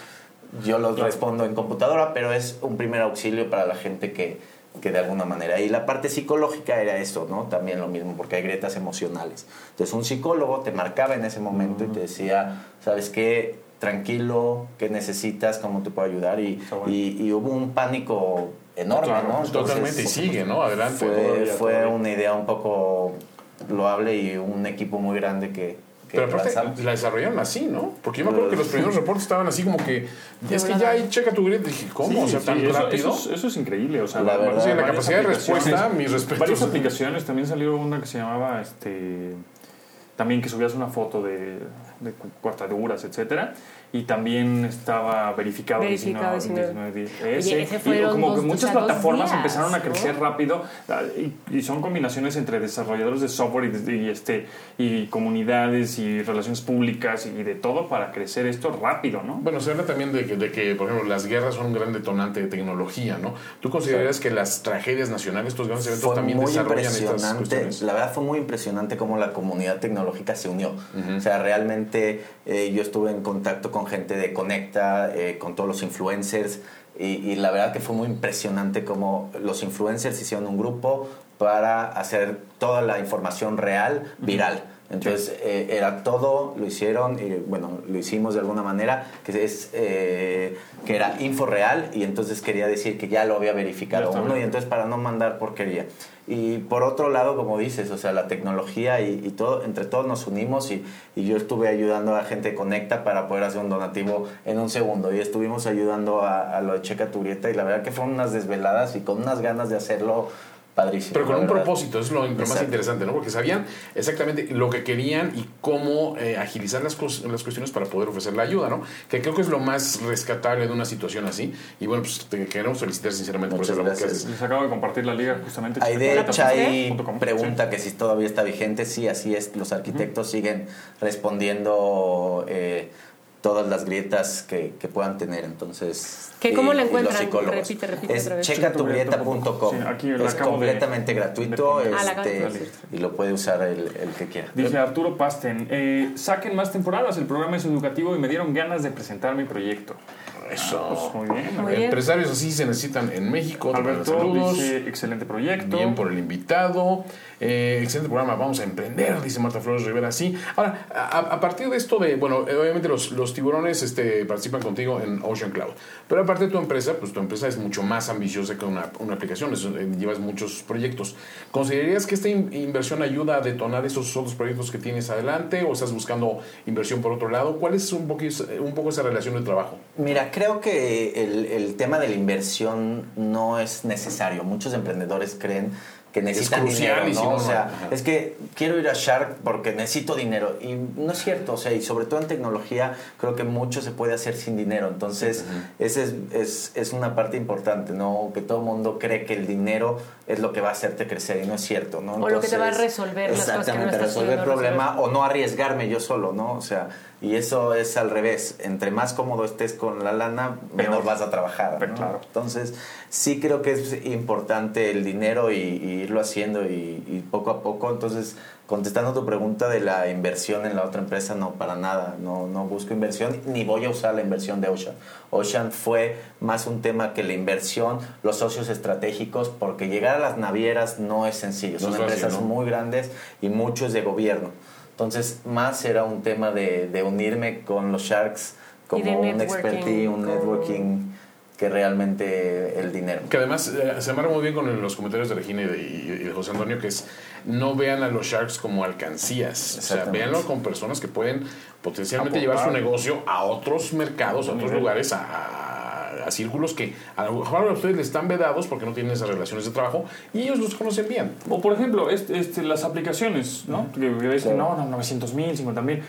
yo los respondo en computadora, pero es un primer auxilio para la gente que que de alguna manera. Y la parte psicológica era eso, ¿no? También lo mismo, porque hay grietas emocionales. Entonces un psicólogo te marcaba en ese momento y te decía, ¿sabes qué? Tranquilo, ¿qué necesitas? ¿Cómo te puedo ayudar? Y, Está bueno. y- y hubo un pánico enorme, Claro, ¿no? Entonces, totalmente. Y sigue, ¿no? Adelante. Fue, todavía, fue todavía. una idea un poco loable y un equipo muy grande que, que Pero aparte lanzamos. la desarrollaron así, ¿no? Porque yo me acuerdo que los primeros reportes estaban así como que es que ya ahí checa tu grid. Dije, ¿cómo? o sea, Sí, tan sí, eso- rápido. Eso, es, eso es increíble. O sea, La verdad. varias Sí, la capacidad de aplicaciones- respuesta, mis respetos. Varias aplicaciones. También salió una que se llamaba. este También que subías una foto de, de cu- cortaduras, etcétera Y también estaba verificado. Verificado 19, 19, Oye, ese. ese Y fueron eh, como que dos- muchas o sea, dos plataformas días, empezaron a ¿no? crecer rápido. ah, Y, y son combinaciones entre desarrolladores de software y, de- y, este, y comunidades y relaciones públicas y de todo para crecer esto rápido, ¿no? Bueno, se habla también de que, de que, por ejemplo, las guerras son un gran detonante de tecnología, ¿no? ¿Tú consideras que las tragedias nacionales, estos grandes eventos, Fue también muy desarrollan estas impresionante, cuestiones? la verdad fue muy impresionante cómo la comunidad tecnológica se unió. O sea, realmente eh, yo estuve en contacto con gente de Conecta, eh, con todos los influencers, y, y la verdad que fue muy impresionante cómo los influencers hicieron un grupo para hacer toda la información real viral. Entonces eh, era todo, lo hicieron, y, bueno, lo hicimos de alguna manera, que es eh, que era info real y entonces quería decir que ya lo había verificado está uno y bien. entonces para no mandar porquería. Y por otro lado, como dices, o sea, la tecnología y, y todo, entre todos nos unimos y, y yo estuve ayudando a gente de Conecta para poder hacer un donativo en un segundo y estuvimos ayudando a, a lo de Checa Turieta y la verdad que fueron unas desveladas y con unas ganas de hacerlo padrísimo. Pero con la un verdad. propósito, es lo, lo más Exacto. interesante, ¿no? Porque sabían exactamente lo que querían y cómo eh, agilizar las, cos- las cuestiones para poder ofrecer la ayuda, ¿no? Que creo que es lo más rescatable de una situación así. Y bueno, pues te queremos felicitar sinceramente Muchas por esa labor que gracias. haces. Les acabo de compartir la liga justamente. Ahí de checaturieta.com. Chay Sí. pregunta que si todavía está vigente. Sí, así es. Los arquitectos siguen respondiendo eh, todas las grietas que, que puedan tener. Entonces. eh, ¿Qué- cómo la y- y los encuentran? psicólogos. Repite, repite Es otra vez. checatugrieta.com. Sí, aquí lo es acabo de- completamente gratuito. de poner. Ah, la acabo de este, poner. y lo puede usar el, el que quiera. Dice Arturo Pasten, eh, saquen más temporadas, el programa es educativo y me dieron ganas de presentar mi proyecto. Pues, Eso. Muy bien. Muy bien. Empresarios así se necesitan en México. Te mandan Alberto saludos. dice, excelente proyecto. Bien por el invitado. Eh, excelente programa, vamos a emprender, dice Marta Flores Rivera. Sí. Ahora, a, a partir de esto de, bueno, eh, obviamente los, los tiburones este, participan contigo en Ocean Cloud, pero aparte de tu empresa, pues tu empresa es mucho más ambiciosa que una, una aplicación, es, eh, llevas muchos proyectos. ¿Considerarías que esta in- inversión ayuda a detonar esos otros proyectos que tienes adelante o estás buscando inversión por otro lado? ¿Cuál es un poco, un poco esa relación de trabajo? Mira, creo que el, el tema de la inversión no es necesario. Muchos emprendedores creen que necesitan crucial dinero, y si ¿no? no, o no. sea, Ajá. es que quiero ir a Shark porque necesito dinero. Y no es cierto, o sea, y sobre todo en tecnología, creo que mucho se puede hacer sin dinero. Entonces, esa es, es- es una parte importante, ¿no? Que todo el mundo cree que el dinero es lo que va a hacerte crecer y no es cierto, ¿no? O lo que te va a resolver las cosas que no Exactamente, estás resolver el pudiendo problema resolver. o no arriesgarme yo solo, ¿no? O sea, y eso es al revés. Entre más cómodo estés con la lana, Peor. menos vas a trabajar. Pero ¿no? claro. Entonces, sí creo que es importante el dinero y, y irlo haciendo y, y poco a poco. Entonces, contestando tu pregunta de la inversión en la otra empresa, no, para nada. No, no busco inversión ni voy a usar la inversión de Ocean. Ocean fue más un tema que la inversión, los socios estratégicos, porque llegar a las navieras no es sencillo. No Son es fácil, empresas ¿no? muy grandes y muchos de gobierno. Entonces, más era un tema de, de unirme con los Sharks Y de como un networking, expertise, un como- networking que realmente el dinero. Que además eh, se amarra muy bien con el- los comentarios de Regina y de, y- y de José Antonio, que es no vean a los Sharks como alcancías. O sea, Exactamente. véanlo con personas que pueden potencialmente Aportar. llevar su negocio a otros mercados, a otros lugares, a, a a, a círculos que a lo mejor a ustedes les están vedados porque no tienen esas relaciones de trabajo y ellos los conocen bien. O por ejemplo, este, este, las aplicaciones, ¿no? Que que dicen, no, no, 900 mil, 50 mil.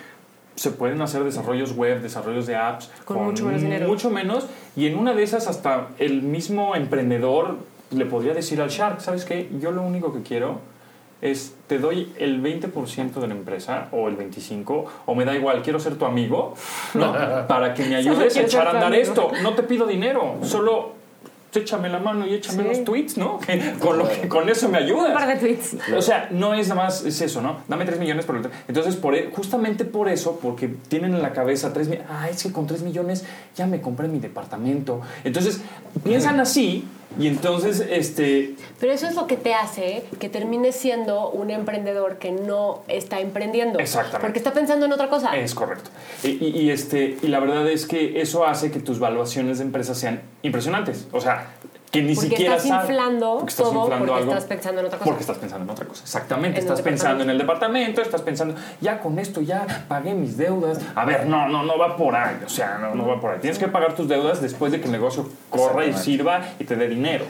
Se pueden hacer desarrollos web, desarrollos de apps. Con mucho menos dinero. Mucho menos. Y en una de esas, hasta el mismo emprendedor le podría decir al Shark, ¿sabes qué? Yo lo único que quiero es te doy el 20% de la empresa o el 25% o me da igual, quiero ser tu amigo, ¿no? Para que me ayudes a quiero ser echar a tu andar amigo. esto. No te pido dinero, solo échame la mano y échame Sí. los tweets, ¿no? Que con, lo que, con eso me ayudas. Un par de tweets. O sea, no es nada más es eso, ¿no? Dame 3 millones por el... Entonces, por, e- justamente por eso, porque tienen en la cabeza 3 millones... Ah, es que con 3 millones ya me compré mi departamento. Entonces, piensan así y entonces, este... Pero eso es lo que te hace que termines siendo un emprendedor que no está emprendiendo. Exactamente. Porque está pensando en otra cosa. Es correcto. Y, y- y, este, y la verdad es que eso hace que tus valuaciones de empresas sean impresionantes. O sea, que ni Porque siquiera estás sabes- inflando porque estás todo, inflando porque algo. estás pensando en otra cosa. Porque estás pensando en otra cosa. Exactamente. En estás el pensando en el departamento, estás pensando, ya con esto ya pagué mis deudas. A ver, no, no, no va por ahí. O sea, no, no va por ahí. Tienes que pagar tus deudas después de que el negocio corra y Exactamente. sirva y te dé dinero.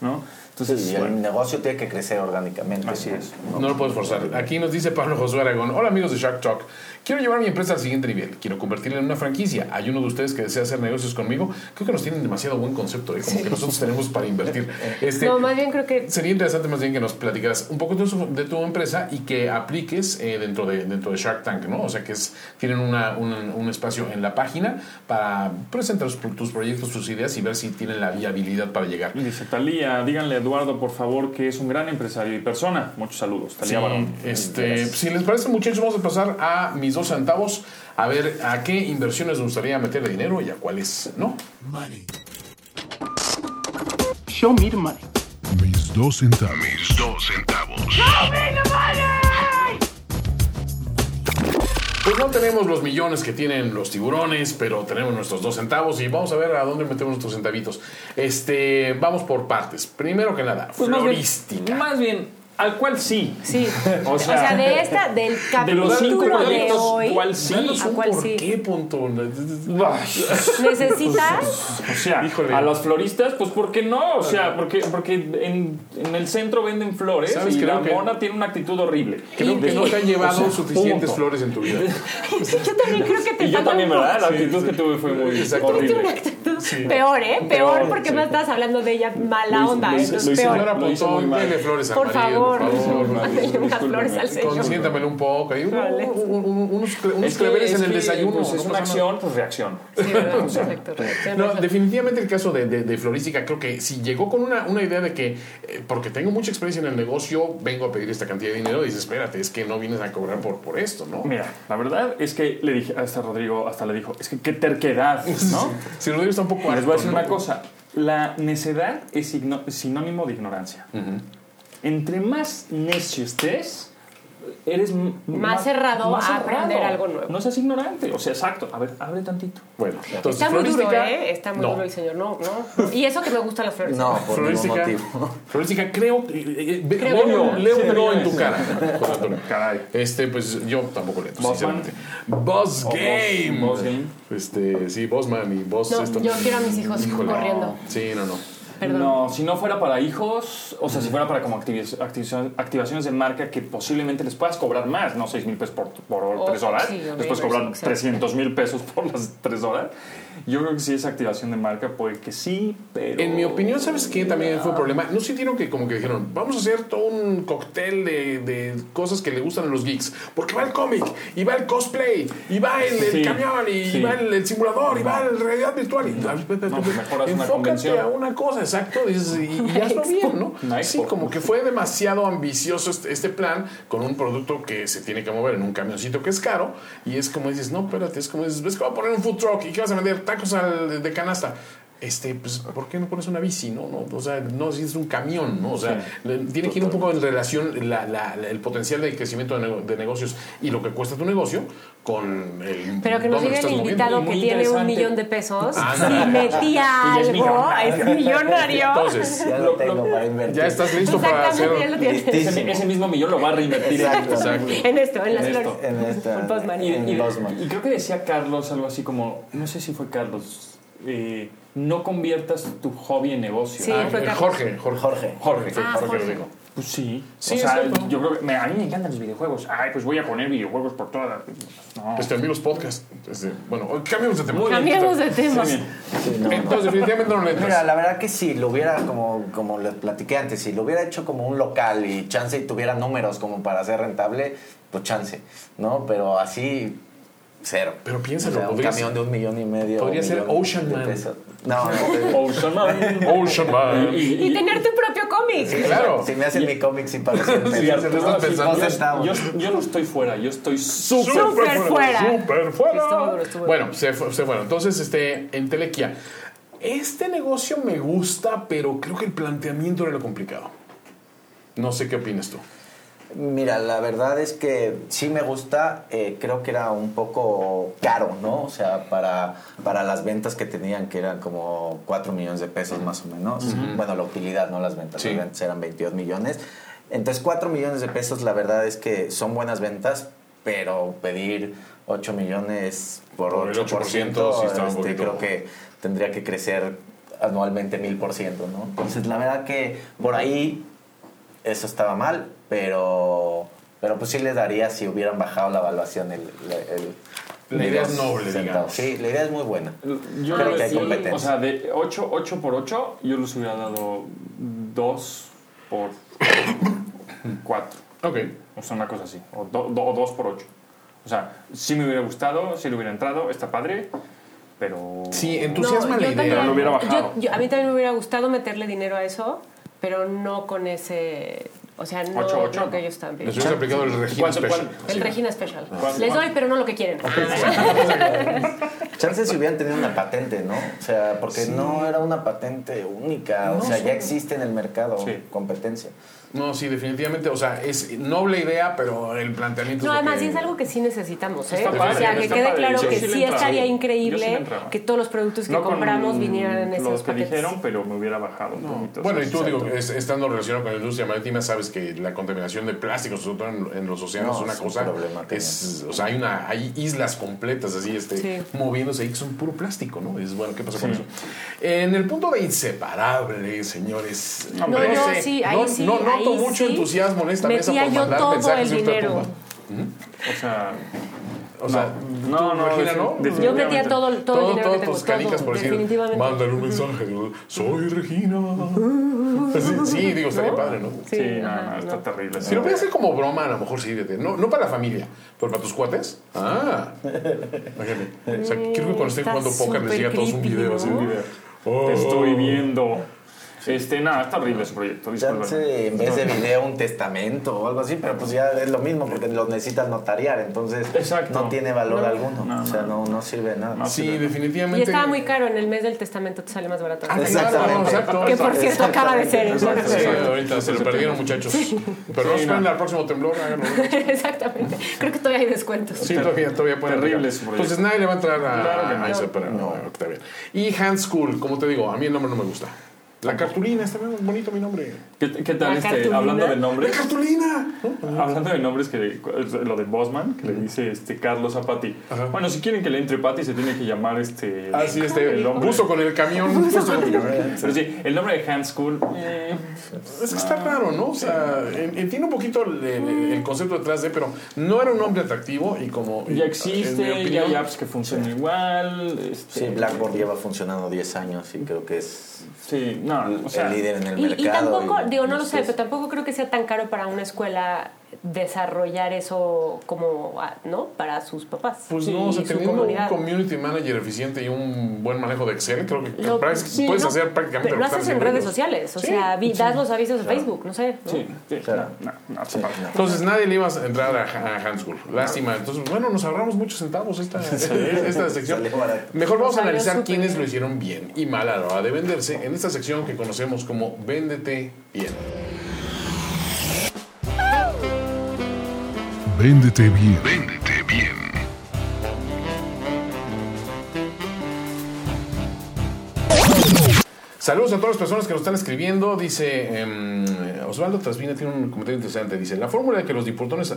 ¿No? Entonces, Y bueno, el negocio tiene que crecer orgánicamente. así es. No lo puedes forzar. Aquí nos dice Pablo Josué Aragón. Hola amigos de Shark Talk. Quiero llevar mi empresa al siguiente nivel. Quiero convertirla en una franquicia. Hay uno de ustedes que desea hacer negocios conmigo. Creo que nos tienen demasiado buen concepto, ¿eh? como que nosotros tenemos para invertir. Este, No, más bien creo que Sería interesante más bien que nos platicaras un poco de, su- de tu empresa y que apliques eh, dentro, de, dentro de Shark Tank, ¿no? O sea, que es, tienen una- un, un espacio en la página para presentar tus, tus proyectos, tus ideas y ver si tienen la viabilidad para llegar. Dice Talía, díganle a Eduardo, por favor, que es un gran empresario y persona. Muchos saludos, Talía Barón. Este, si les parece, muchachos, vamos a pasar a mis dos centavos a ver a qué inversiones nos gustaría meterle dinero y a cuáles, ¿no? Show me the money. Mis dos centavos. Mis dos centavos. Pues no tenemos los millones que tienen los tiburones, pero tenemos nuestros dos centavos y vamos a ver a dónde metemos nuestros centavitos. Este, vamos por partes. Primero que nada, Pues más bien, florística. más bien, al cual sí. sí. O O sea, sea, de esta, del de los cinco capítulo de, proyectos, hoy, ¿cuál sí? Danos ¿a un cuál por sí? qué punto. necesitas O sea, Híjole. a los floristas, pues ¿por qué no? O sea, porque, porque en, en el centro venden flores ¿Sabes? y Creo la que- mona tiene una actitud horrible. Creo que no te han llevado eh, O sea, suficientes punto. flores en tu vida. Sí, yo también creo que te Y yo falta también, un poco. ¿verdad? La actitud que tuve fue muy Exacto. Tuviste una horrible. actitud peor, ¿eh? Peor, Peor, porque sí. me estás hablando de ella mala Lo hice- onda. lo hice- entonces, lo hice peor. mal. Señora Lo hizo muy Pontón, mal. dele flores al Por marido, favor, por favor. Mándale unas flores al señor. Consiéntamelo un poco. Hay un- Vale. un- un- unos cre- unos Es que, claveles es en el que, desayuno. pues, es no una pasa nada. acción, pues reacción. Sí, ¿verdad? Perfecto. Yo no No, sé. definitivamente el caso de, de- de Florística, creo que si llegó con una, una idea de que, eh, porque tengo mucha experiencia en el negocio, vengo a pedir esta cantidad de dinero, dices, espérate, es que no vienes a cobrar por, por esto, ¿no? Mira, la verdad es que le dije hasta Rodrigo, hasta le dijo, es que qué terquedad, ¿no? Si Rodrigo está un poco Les voy a harto, decir ¿no? una cosa. La necedad es signo- sinónimo de ignorancia. Entre más necio estés, eres m- Más cerrado a aprender algo nuevo. No seas ignorante. O sea, exacto. A ver, abre tantito. Bueno, entonces, Está muy duro, Florística- ¿eh? Está muy no. duro el señor. No, no. Y eso que me gustan las flores. No, por ningún Florística, motivo. Florística, creo. eh, eh, ve- Creo veo- que Leo, no. Sí, no en sí. tu cara, José Antonio. Caray. Este, pues yo tampoco leo, Bossman. sinceramente. Boss O Boss- Game. Boss Game. Este, sí, Bossman y Boss. No, esto. yo quiero a mis hijos Híjole. corriendo. Sí, no, no. Perdón. No, si no fuera para hijos, o sea, si fuera para como activi- activiza- activaciones de marca que posiblemente les puedas cobrar más, no 6 mil pesos por, por O- tres horas, Oh, sí, o les puedes menos, cobrar exacto. 300 mil pesos por las tres horas. Yo creo que si es activación de marca, puede que sí, pero. En mi opinión, ¿sabes qué? También fue un problema. No sintieron que como que dijeron, vamos a hacer todo un cóctel de, de cosas que le gustan a los geeks. Porque va el cómic, y va el cosplay, y va el, el Sí, camión, y sí. va el, el simulador, y va la realidad virtual. Y, pues mejor haz una enfócate convención. a una cosa, exacto, dices, y, y hazlo bien, ¿no? Una Sí, expo. como que fue demasiado ambicioso este, este plan con un producto que se tiene que mover en un camioncito que es caro. Y es como dices, no, espérate, es como dices, ves que va a poner un food truck y que vas a vender tacos al- de canasta. Este, pues, ¿por qué no pones una bici? No, no, o sea, no, si es un camión, ¿no? O sea, le- tiene que ir un poco en relación la- la- la- el potencial de crecimiento de, nego- de negocios y lo que cuesta tu negocio con el. Pero que nos dónde diga el estás moviendo. invitado Y que muy tiene un interesante. millón de pesos. Ándale. Si metía Y es algo, millonario. es millonario. Entonces, Ya lo tengo para invertir. ya estás listo para hacer. Exactamente, ya lo tienes. Listísimo. Ese, ese mismo millón lo va a reinvertir en Exacto. Exacto. En esto, en las En esto. flores. En esta. Un postman. Y, en y- Bosman. y creo que decía Carlos algo así como, no sé si fue Carlos, eh, no conviertas tu hobby en negocio. Sí, Ah, fue eh, Carlos. Jorge, Jorge. Jorge. Jorge, Ah, Jorge Jorge. Rodrigo. Pues sí. Sí, o sea, exacto. yo creo que me- a mí me encantan los videojuegos. Ay, pues voy a poner videojuegos por todas. No. Este, amigos podcast. Este, bueno, hoy cambiamos de tema. Muy bien. Cambiamos de tema. Muy bien. Sí, no, no. Entonces, definitivamente no le entras. Mira, la verdad que si lo hubiera, como, como les platiqué antes, si lo hubiera hecho como un local y chance y tuviera números como para ser rentable, pues chance, ¿no? Pero así, cero. Pero piénsalo, O sea, un podría camión de un millón y medio. podría un ser millón Ocean de Man. pesos. No, Ocean Man. Ocean Man. Y, y- Y tener tu propio cómic. Claro. Si me hacen mi cómic sin pagar 100 Sí, ya se lo estás pesos. pensando. Dos centavos. yo, yo no estoy fuera, yo estoy súper. Súper fuera. Súper fuera. Estuvo duro, estuvo duro. Bueno, se, fu- se fueron. Entonces, este, en Telequia, este negocio me gusta, pero creo que el planteamiento era lo complicado. No sé qué opinas tú. Mira, la verdad es que sí me gusta, eh, creo que era un poco caro, ¿no? O sea, para, para las ventas que tenían, que eran como 4 millones de pesos más o menos. Bueno, la utilidad, no las ventas, Sí. las ventas eran 22 millones. Entonces, 4 millones de pesos, la verdad es que son buenas ventas, pero pedir 8 millones por, Por el 8%, 8% sí está un este, poquito- creo que tendría que crecer anualmente 1000%, ¿no? Entonces, la verdad que por ahí eso estaba mal, pero, pero pues sí les daría si hubieran bajado la evaluación el... el- el- La idea es los noble, digamos. Sí, la idea es muy buena. Yo Creo le- que hay yo le- competencia. O sea, de 8, 8 por 8, yo les hubiera dado 2 por 4. Ok. O sea, una cosa así. O 2 por 8. O sea, sí me hubiera gustado, sí le hubiera entrado, está padre, pero. Sí, No, entusiasma la yo idea. también- Pero no hubiera bajado. yo- yo- a mí también me hubiera gustado meterle dinero a eso, pero no con ese. O sea, no Ocho, ocho, lo que ¿no? ellos Les están pidiendo. hubieras aplicado el Regina ¿Cuánto- Special. cuánto? El Sí. Regina Special. ¿Cuál- Les cuál? doy, pero no lo que quieren. Chances si hubieran tenido una patente, ¿no? O sea, porque no era una patente única. o sea, ya existe en el mercado Sí. competencia. No, sí, definitivamente. O sea, es noble idea, pero el planteamiento No, es lo además, que- y es algo que sí necesitamos, ¿eh? Está o padre, sea, que está quede padre. claro Yo que sí le sí entraba. estaría Sí, yo sí le increíble entraba. que todos los productos que no compramos con vinieran en esos los que paquetes. dijeron, pero me hubiera bajado. un poquito, Bueno, y ¿sabes? tú, digo, Exacto. es- estando relacionado con la industria marítima, sabes que la contaminación de plásticos, sobre todo en, en los océanos, No, es una es un cosa. problema que es, o sea, hay, una, hay islas completas así, este, Sí. moviéndose ahí que son puro plástico, ¿no? Es bueno, ¿qué pasa con eso? En el punto de inseparable, señores. No, yo sé, sí, ahí no, sí, no noto ahí mucho sí. entusiasmo en esta mesa Metía por yo mandar todo mensajes el de otra dinero. tumba. O sea, O sea, No, tú, no, Regina, sí, ¿no? definitivamente. Yo metía todo, el- todo el dinero todas que tus tengo, canicas todo, por decir, definitivamente. mándale un mensaje, soy Regina. Sí, sí, digo, estaría padre, ¿no? sí, no, ajá, no, no. está terrible. Si lo voy a hacer como broma, a lo mejor sí, de- de- no, no para la familia, pero para tus cuates. Ah, imagínate. O sea, creo que cuando estén Está jugando póker les súper llega a todos un creepy, video, así ¿no? un video. Te estoy Oh. viendo. Este, nada, está horrible ese proyecto. pues, discúlpame. Chance en vez de video un testamento o algo así, pero pues ya es lo mismo porque los necesitas notariar, entonces Exacto. no tiene valor alguno. no, o sea, no, no sirve de nada. Ah, Sí, Y definitivamente. estaba muy caro, en el mes del testamento te sale más barato. Ah, Exactamente. Claro, exacto. que por cierto acaba de ser. Exacto. Sí, entonces. ahorita se lo perdieron, muchachos. Pero no Sí, esperen no. al próximo temblor, háganlo. Exactamente. Creo que todavía hay descuentos. Sí, todavía, todavía pueden Terrible aplicar. ese proyecto. Entonces nadie le va a entrar a, Claro que no. a ese, pero no, está bien. Y Hans Cool, como te digo, a mí el nombre no me gusta. La cartulina, está bien bonito mi nombre. ¿Qué, qué La tal este? cartulina. Hablando de ¡La nombres. cartulina! Hablando de nombres, que, lo de Bosman, que le dice este, Carlos a Patty. Bueno, si quieren que le entre Patty, se tiene que llamar este. Así este, el hombre. buzo con el camión. Buzo con el camión. Pero sí, el nombre de Hans Cool. eh, Es que está raro, ¿no? O sea, en- entiendo un poquito el, el- Mm. el concepto detrás de, pero no era un hombre atractivo y como. ya en mi existe, ya opinión, hay apps que funcionan igual. este, Sí, Blackboard lleva funcionando 10 años y creo que es Sí, no, o sea. el líder en el Y, y mercado. tampoco, y- digo, no lo sé, entonces- pero tampoco creo que sea tan caro para una escuela desarrollar eso como, ah, ¿no? Para sus papás. Pues y no, o sea, su teniendo un comunidad. community manager eficiente y un buen manejo de Excel, creo que Lo- prácticamente sí, puedes no, hacer prácticamente pero que lo están haces en haciendo redes ellos. sociales, o Sí. sea, vi- das los avisos de Facebook, no sé. ¿no? Sí, sí, Claro. no, no, no, no, no. Entonces nadie le iba a entrar a, Ha- a Hans Gruber. Lástima. Entonces, bueno, nos ahorramos muchos centavos esta, esta sección. Salió barato. Mejor vamos a Salió analizar súper quiénes bien. lo hicieron bien y mal a la hora de venderse en esta sección que conocemos como Véndete Bien. Véndete bien. Véndete bien. Saludos a todas las personas que nos están escribiendo. Dice em, Osvaldo Trasvina tiene un comentario interesante. Dice, la fórmula que los tiburones,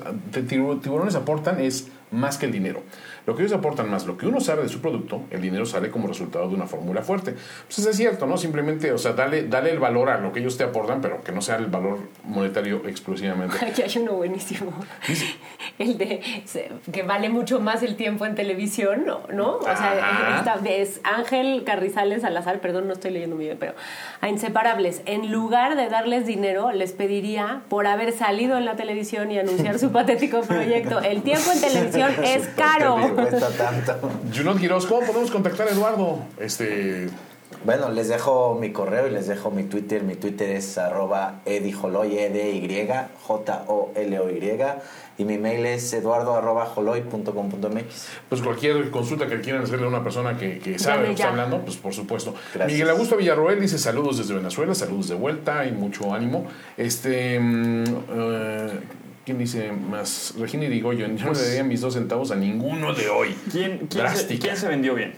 tiburones aportan es más que el dinero. Lo que ellos aportan más, lo que uno sabe de su producto, el dinero sale como resultado de una fórmula fuerte. Pues eso es cierto, ¿no? Simplemente, o sea, dale, dale el valor a lo que ellos te aportan, pero que no sea el valor monetario exclusivamente. Aquí hay uno buenísimo. El de se- que vale mucho más el tiempo en televisión, ¿no? ¿no? O sea, Ajá. esta es Ángel Carrizales Salazar, perdón, no estoy leyendo muy bien, pero a Inseparables, en lugar de darles dinero, les pediría por haber salido en la televisión y anunciar su patético proyecto. El tiempo en televisión es caro. Porque me cuesta tanto. Junot Quiroz, ¿cómo podemos contactar a Eduardo? Este, Bueno, les dejo mi correo y les dejo mi Twitter. Mi Twitter es arroba edijoloy, e d y J-O-L-O-Y. Y mi mail es eduardo arroba joloy punto com punto mx. pues cualquier consulta que quieran hacerle a una persona que, que sabe lo Llame que ya. está hablando, pues por supuesto. Gracias. Miguel Augusto Villarroel dice saludos desde Venezuela, saludos de vuelta y mucho ánimo. Este, mm, eh, ¿quién dice más? Regina Irigoyen, yo no le daría mis dos centavos a ninguno de hoy. ¿Quién, quién, se, Drástica. quién se vendió bien?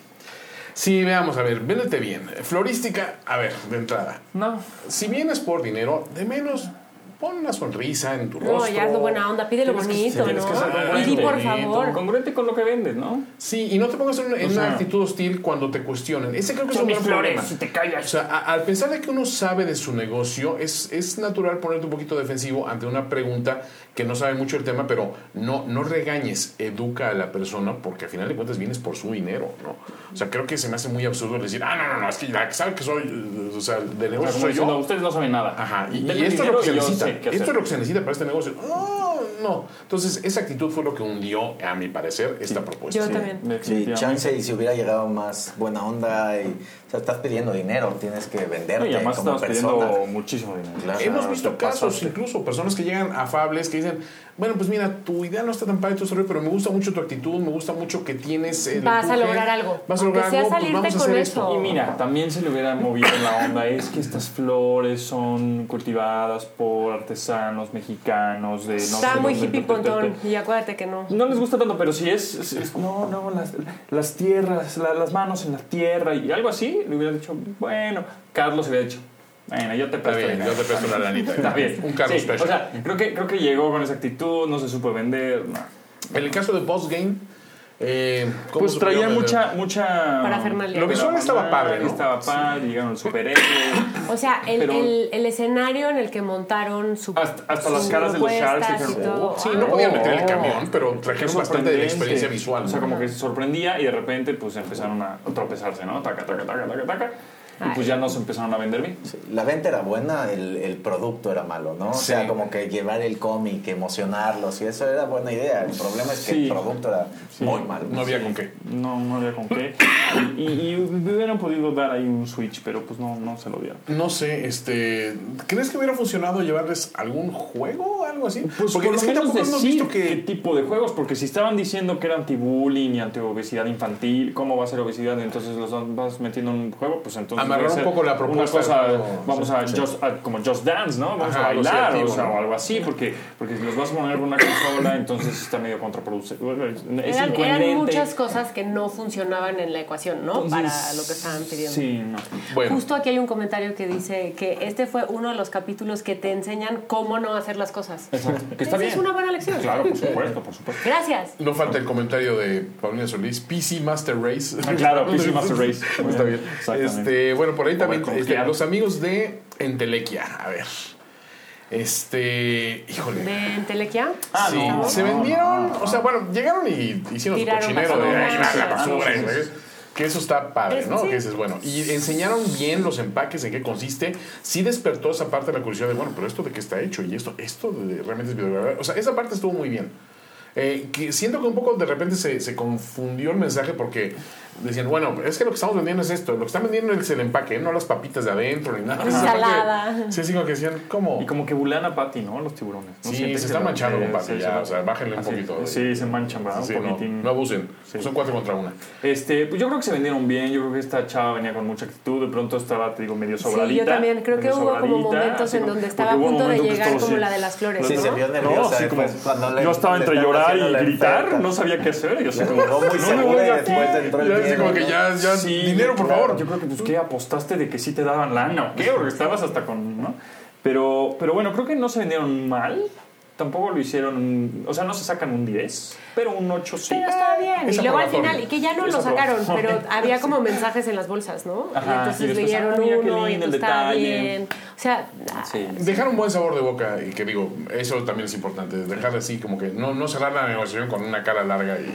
Sí, veamos, a ver, véndete bien. Florística, a ver, de entrada. No. Si vienes por dinero, de menos pon una sonrisa en tu No, rostro. ya es lo buena onda, pide lo Tienes que- bonito, tienes que ser ¿no? Y congruente. di por Bonito. favor. Congruente con lo que vendes, ¿no? Sí, y no te pongas en, una- en O sea, una actitud hostil cuando te cuestionen. Ese creo que es Son un mis gran flores, problema. si te callas. O sea, a- al pensar de que uno sabe de su negocio, es, es natural ponerte un poquito defensivo ante una pregunta que no sabe mucho el tema, pero no, no regañes, educa a la persona, porque al final de cuentas vienes por su dinero, ¿no? O sea, creo que se me hace muy absurdo decir, ah, no, no, no, es que la que sabe que soy, eh, o sea, de O sea, negocio como soy diciendo, yo. ustedes no saben nada. Ajá, y, Denme y esto es lo dinero que se y yo necesita. sé qué Esto es hacer. lo que se necesita para este negocio. No, no. Entonces, esa actitud fue lo que hundió, a mi parecer, esta propuesta. Yo también. Sí, Definitivamente. chance y si hubiera llegado más buena onda y o sea, estás pidiendo dinero, tienes que No, venderte y además como estamos persona. pidiendo muchísimo dinero. Claro. Hemos te visto casos, pasaste. incluso personas que llegan afables, que dicen, bueno, pues mira, tu idea no está tan padre, tu desarrollo, pero me gusta mucho tu actitud, me gusta mucho que tienes... el Vas a empuje, lograr algo. Vas a lograr Aunque sea algo, pues salirte vamos a con hacer eso. esto. Y mira, también se le hubiera movido la onda, es que estas flores son cultivadas por artesanos mexicanos de no Está sé muy dónde, hippie ta, ta, ta, ta. pontón y acuérdate que no. No les gusta tanto, pero si es, es- es- no, no, las, las tierras, la- las manos en la tierra y algo así, le hubiera dicho, bueno, Carlos hubiera dicho, bueno, yo te Está presto bien, ¿eh? dinero". yo te presto una lanita. Está bien. Un Carlos Sí, Special. O sea, creo que, creo que llegó con esa actitud, no se supo vender. no. en el caso de Postgame, eh, ¿cómo Pues supieron traía vender? mucha, mucha... Parafernalia. Lo visual estaba padre, ¿no? Estaba padre, llegaron los superhéroes. O sea, el, Pero- el- el escenario en el que montaron su. Hasta- hasta las su caras de los propuestas Sharks y dijeron, todo. "Oh, Sí, no podían meter el Oh. camión, pero trajeron bastante de la experiencia visual. O sea, ¿no? como que se sorprendía y de repente pues empezaron a tropezarse, ¿no? Taca, taca, taca, taca, taca. Y Ay. pues ya nos empezaron a vender bien. La venta era buena, el, el producto era malo, ¿no? O sea, Sí. como que llevar el cómic, emocionarlos y eso era buena idea. El problema es que Sí. el producto era muy malo. No había con qué. No, no había con qué. Y, y, y hubieran podido dar ahí un switch, pero pues no, no se lo dieron. No sé, este. ¿Crees que hubiera funcionado llevarles algún juego o algo así? Pues Porque por es lo que menos tampoco hemos decir visto qué que. tipo de juegos, porque si estaban diciendo que era anti-bullying y anti-obesidad infantil, ¿cómo va a ser obesidad? Entonces los vas metiendo en un juego, pues entonces... Amarrar debe un ser poco la propuesta Una cosa, del juego. vamos a, just- a- como Just Dance, ¿no? Vamos Ajá, a bailar algo o, sea, creativo, ¿no? o algo así, porque, porque si los vas a poner en una consola, entonces está medio contraproducente. Es Eran, eran incoherente. muchas cosas que no funcionaban en la ecuación, ¿no? Entonces, Para lo que estaban pidiendo. Sí, no. Bueno. Justo aquí hay un comentario que dice que este fue uno de los capítulos que te enseñan cómo no hacer las cosas. Exacto. Que está Esa bien. es una buena lección. Claro, por supuesto, por supuesto. Gracias. No falta el comentario de Paulina Solís, PC Master Race. Ah, claro, PC Master Race. Está bien. Exactamente. Este, bueno, por ahí también Overcooked. este, los amigos de Entelequia. A ver. Este, híjole. De Entelequia. Ah, Sí, no, se no, vendieron, o sea, bueno, llegaron y hicieron su Tiraron cochinero de basura. "Ay, va la Ah, sí, basura", sí, sí. Que eso está padre, Es- ¿no? sí. Que eso es bueno. Y enseñaron bien los empaques, en qué consiste. Sí despertó esa parte de la curiosidad de, bueno, pero esto de qué está hecho y esto, esto de- realmente es biodegradable. O sea, esa parte estuvo muy bien. Eh, que siento que un poco de repente se, se confundió el mensaje porque decían, bueno, es que lo que estamos vendiendo es esto, lo que están vendiendo es el empaque, no las papitas de adentro ni nada. Esa parte- Ensalada. Sí, sí, como que decían, ¿cómo? Y como que bulean a Patty, ¿no? Los tiburones. ¿No Sí, sientes se que está la- manchando, eh, compadre, sí, ya, se va- o sea, bájenle un Así, poquito. eh. Sí, se manchan, ¿verdad? Sí, un no, poquitín. no abusen. Sí. Son cuatro contra una. Este, pues yo creo que se vendieron bien. Yo creo que esta chava venía con mucha actitud. De pronto estaba, te digo, medio sobradita. yo también. Creo que medio hubo como sobradita, momentos así en como- donde estaba porque a hubo punto de momentos que llegar estuvo como así. la de las flores, Sí, ¿no? se vio nerviosa. No, así como- después, cuando le- yo estaba le entre estaban llorar haciendo la y gritar, enferma. no sabía qué hacer. Yo así La como, agarró muy no me voy segura y a después entró el Ya, así miedo, como que ¿no? ya, ya, dinero, por claro. favor. Pues, Yo creo que, pues, ¿qué apostaste de que sí te daban lana o qué? Porque estabas hasta con, ¿no? Pero, pero bueno, creo que no se vendieron mal. Tampoco lo hicieron, un- o sea, no se sacan un 10, pero un 8 sí. Pero está bien. Es Y luego al aprobatorio. final, y que ya no Es lo sacaron, pero aprobatorio. había como mensajes en las bolsas, ¿no? Ajá, y y entonces después, leyeron ah, mira qué uno y lindo entonces el estaba detalle. bien. O sea, ah, Sí. Dejar un buen sabor de boca y que digo, eso también es importante, dejar así como que no, no cerrar la negociación con una cara larga y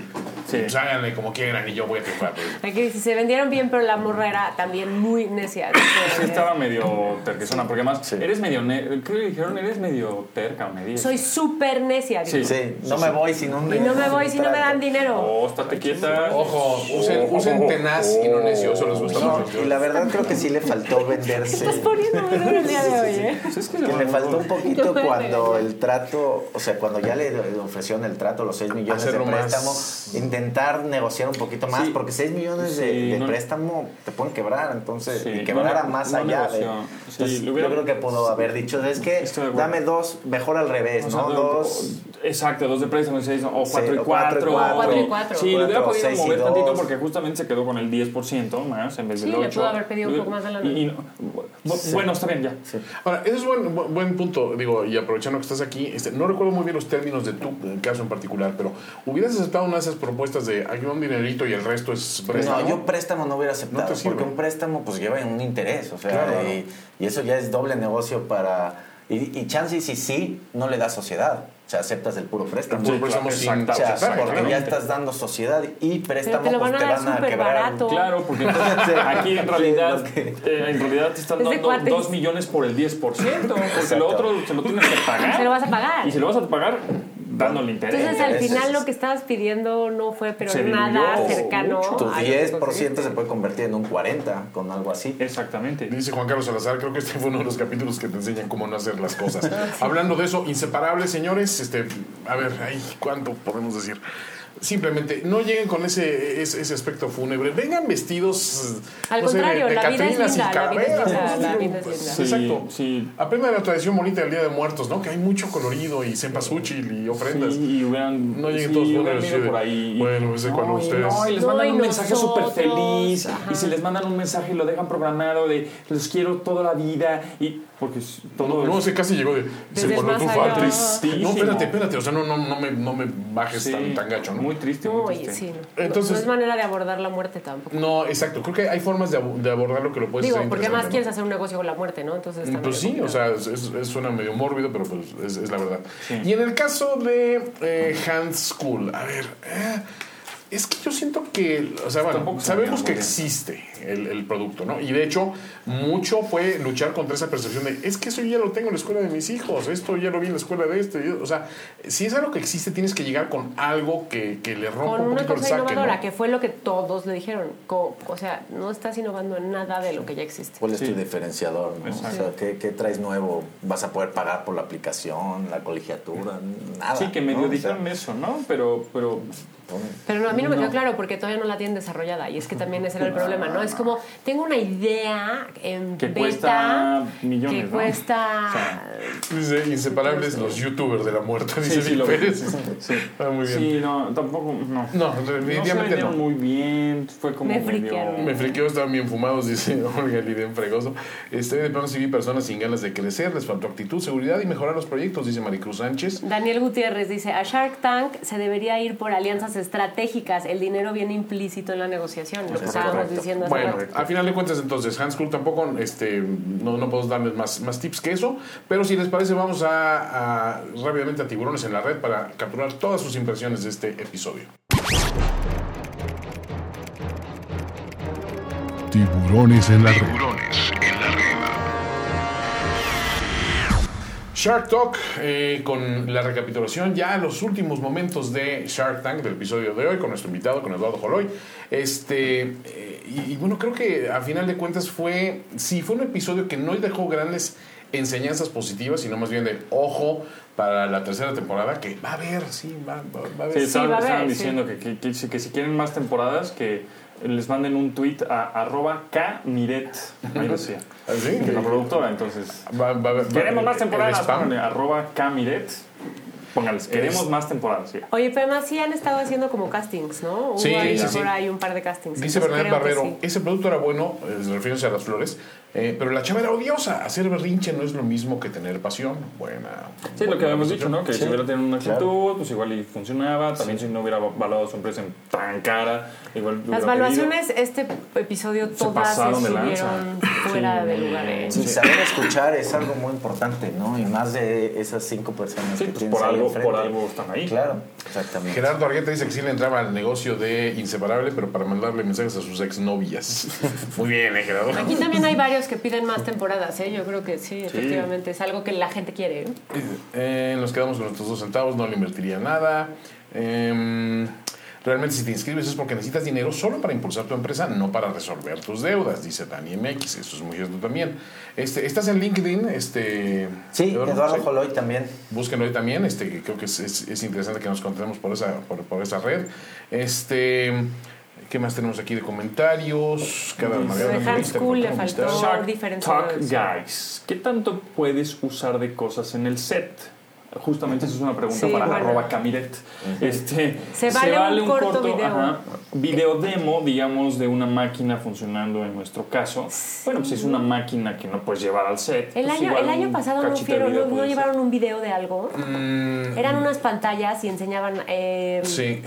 Sí. y pues háganle como quieran y yo voy a triunfar. pues. aquí sí se vendieron bien, pero la morra era también muy necia. eh, Sí, estaba medio terquezona, porque además eres medio. ne- Creo que dijeron, eres medio terca o medio. Soy súper necia. Sí. Sí, no me voy sin un. Y no me voy si no me dan dinero. Oh, estate quieta. Ojo, usen, usen tenaz y no necio, eso les gusta No, mucho. y la verdad creo que sí le faltó venderse. Estás poniendo muy duro el día de hoy, ¿eh? Pues es que Que le faltó un Yo poquito puedo cuando el trato, o sea, cuando ya le ofrecieron el trato, los 6 millones Hacerlo de más. préstamo, intentar negociar un poquito más, Sí. porque 6 millones de, Sí, de no- préstamo te pueden quebrar, entonces, Sí, y quebrar no a ne- más no allá de. negoció. Sí, entonces, lo hubiera- Yo creo que pudo haber dicho, es que Estoy de acuerdo. dame dos, mejor al revés, O sea, ¿no? Dos. Exacto, dos de préstamo, seis, o Sí, cuatro y cuatro. o cuatro y cuatro. Cuatro y cuatro. Sí, lo hubiera Cuatro, podido seis y mover tantito dos. porque justamente se quedó con el 10% más en vez Sí, del 8. le pudo haber pedido un poco más de lana. Y, y no- bu- Bueno, está bien, ya. Ahora, ese es buen, bu- buen punto, digo, y aprovechando que estás aquí, este, no recuerdo muy bien los términos de tu eh, caso en particular, pero ¿hubieras aceptado una de esas propuestas de aquí va un dinerito y el resto es préstamo? No, yo préstamo no hubiera aceptado, sirve. porque un préstamo pues lleva un interés, o sea, Claro. y, y eso ya es doble negocio para... Y, y chance y si sí, no le das sociedad, o sea, aceptas el puro préstamo. Puro préstamo claro, sin- exacto, O sea, exacto, porque ya exactamente. estás dando sociedad y préstamo, Pero te lo pues van te a dar van a súper quebrar. barato. Claro, porque entonces aquí en Sí, realidad, lo que- eh, en realidad te están Es de dando cuates. 2 millones por el 10%, porque lo Exacto. otro se lo tienes que pagar. Se lo vas a pagar. Y se lo vas a pagar dándole interés. Entonces al Ese final es- lo que estabas pidiendo no fue, pero Se nada diluyó cercano. mucho. Tu a lo que 10% se puede convertir en un 40 con algo así. Exactamente. Dice Juan Carlos Salazar, creo que este fue uno de los capítulos que te enseñan cómo no hacer las cosas. Hablando de eso, inseparables, señores, este, a ver, ay, ¿cuánto podemos decir? Simplemente no lleguen con ese, ese, ese aspecto fúnebre, vengan vestidos Al no sé, de- contrario, de la vida es Catrinas y linda, la vida es calaveras, linda, ¿no? la vida Pues, es linda. Sí, Exacto. sí. Aprende la tradición bonita del Día de Muertos, ¿no? Que hay mucho colorido y cempasúchil y ofrendas. Sí, y hubieran, No lleguen sí, todos hubieran vulnerables, ido sí, por de, ahí. bueno, ese cuando y ustedes- No, y les No, mandan y un mensaje súper nosotros, feliz. ajá. Y si les mandan un mensaje y lo dejan programado de los quiero toda la vida. Y porque s- todo No, es- se casi llegó de. Desde Se el volvió más tu allá. fan. Tristísimo. No, espérate, espérate. O sea, no, no, no, me, no me bajes sí, tan, tan gacho, ¿no? Muy triste, No, muy oye, triste. sí. no. Entonces- no es manera de abordar la muerte tampoco. No, exacto. Creo que hay formas de, ab- de abordar lo que lo puedes Digo, hacer porque además quieres interesante, hacer un negocio con la muerte, ¿no? Entonces ¿no? está Pues medio sí, o sea, es, es- es- suena medio mórbido, pero pues es, es la verdad. Sí. Y en el caso de eh, Hans School, a ver, eh, es que yo siento que, o sea, bueno, Tampoco se sabemos veía que muy bien. existe el, el producto, ¿no? Y de hecho, mucho fue luchar contra esa percepción de, es que eso yo ya lo tengo en la escuela de mis hijos, esto ya lo vi en la escuela de este. y- O sea, si es algo que existe, tienes que llegar con algo que, que le rompa Con un una poquito el cosa saque, innovadora, ¿no? que fue lo que todos le dijeron. Co- O sea, no estás innovando en nada de lo que ya existe. Pues, ¿Cuál es tu diferenciador? ¿no? O sea, ¿qué, qué traes nuevo? ¿Vas a poder pagar por la aplicación, la colegiatura? Nada. Sí, que medio ¿no? O sea, pues, dijeron eso, ¿no? Pero, pero Pero no, a mí no me quedó No. claro porque todavía no la tienen desarrollada y es que también ese era el problema, ¿no? Es como, tengo una idea en Que beta cuesta millones, ¿no? que cuesta... O sea, Dice, inseparables los youtubers de la muerte, dice Vic lo vi. Pérez. Sí. Ah, muy bien. Sí, no, tampoco, no. No, No se definitivamente no. vendieron muy bien, fue como Me medio... friquearon. Me friqueó, estaban bien fumados, dice Olga Lidén Fregoso. Este, de plano sí vi personas sin ganas de crecer, les faltó actitud, seguridad y mejorar los proyectos, dice Maricruz Sánchez. Daniel Gutiérrez dice, a Shark Tank se debería ir por alianzas estratégicas, el dinero viene implícito en la negociación, lo que estábamos correcto. diciendo hace Bueno, rato. a final de cuentas entonces, Hans Kuhl tampoco, este, no, no podemos darles más, más tips que eso, pero si les parece vamos a, a rápidamente a Tiburones en la Red para capturar todas sus impresiones de este episodio. Tiburones en la red. Shark Talk eh, con la recapitulación ya a los últimos momentos de Shark Tank del episodio de hoy con nuestro invitado, con Eduardo Joloy. Este, eh, y, y bueno, creo que a final de cuentas fue, sí, fue un episodio que no dejó grandes enseñanzas positivas, sino más bien de ojo para la tercera temporada, que va a haber, sí, va, va- va a haber. Sí, estaban, va a estaban haber, sí. diciendo que, que- que si- que si quieren más temporadas, que les manden un tweet a arroba kmiret. Ahí decía. ¿Ah, sí? La productora, entonces. Va- va a haber- Queremos más el temporadas. spam. Pónganle arroba kmiret. Póngales, queremos más temporadas. sí. Oye, pero además sí han estado haciendo como castings, ¿no? Hubo Sí, ahí sí, sí. por ahí un par de castings. Dice entonces Bernal creo que Barrero, sí. ese producto era bueno, eh, refiriéndose a las flores, Eh, pero la chava era odiosa. Hacer berrinche no es lo mismo que tener pasión. Buena. Sí, lo que habíamos dicho, ¿no? Que Sí. si hubiera tenido una actitud, Claro. pues igual y funcionaba. También si no hubiera valuado su empresa en tan cara, igual. hubiera pedido. Las valuaciones, este episodio, Se todas se pasaron de lanza. subieron fuera Sí. de lugar. ¿eh? Sí, saber escuchar es algo muy importante, ¿no? Y más de esas cinco personas Sí, que pues, tienes por ahí algo- enfrente. por algo están ahí. Claro, exactamente. Gerardo Argueta dice que sí le entraba al negocio de Inseparable, pero para mandarle mensajes a sus exnovias. Muy bien, ¿eh, Gerardo? Aquí también hay varios que piden más temporadas, ¿eh? Yo creo que sí, efectivamente. Es algo que la gente quiere. ¿eh? Eh, nos quedamos con nuestros dos centavos, no le invertiría nada. Em, realmente, si te inscribes es porque necesitas dinero solo para impulsar tu empresa, no para resolver tus deudas, dice Dani MX. Eso es muy cierto también. Este, ¿Estás en LinkedIn? Este, Sí, Eduardo Sí. Joloy también. Búsquenlo ahí también, este, que creo que es, es- es interesante que nos contemos por esa, por, por esa red. Este, ¿Qué más tenemos aquí de comentarios? Cada Lo de Hans School le faltó Shark diferenciador. Talk Guys. ¿Qué tanto puedes usar de cosas en el set? Justamente esa es una pregunta Sí, para bueno. arroba camiret. Este, Se vale un corto video. video demo, digamos, de una máquina funcionando en nuestro caso. Bueno, pues si es una máquina que no puedes llevar al set. El pues año, igual el un año pasado no, cachito de hicieron- video no- no puede ser. Mm. llevaron un video de algo. Eran unas pantallas y enseñaban. eh, Mm, Sí.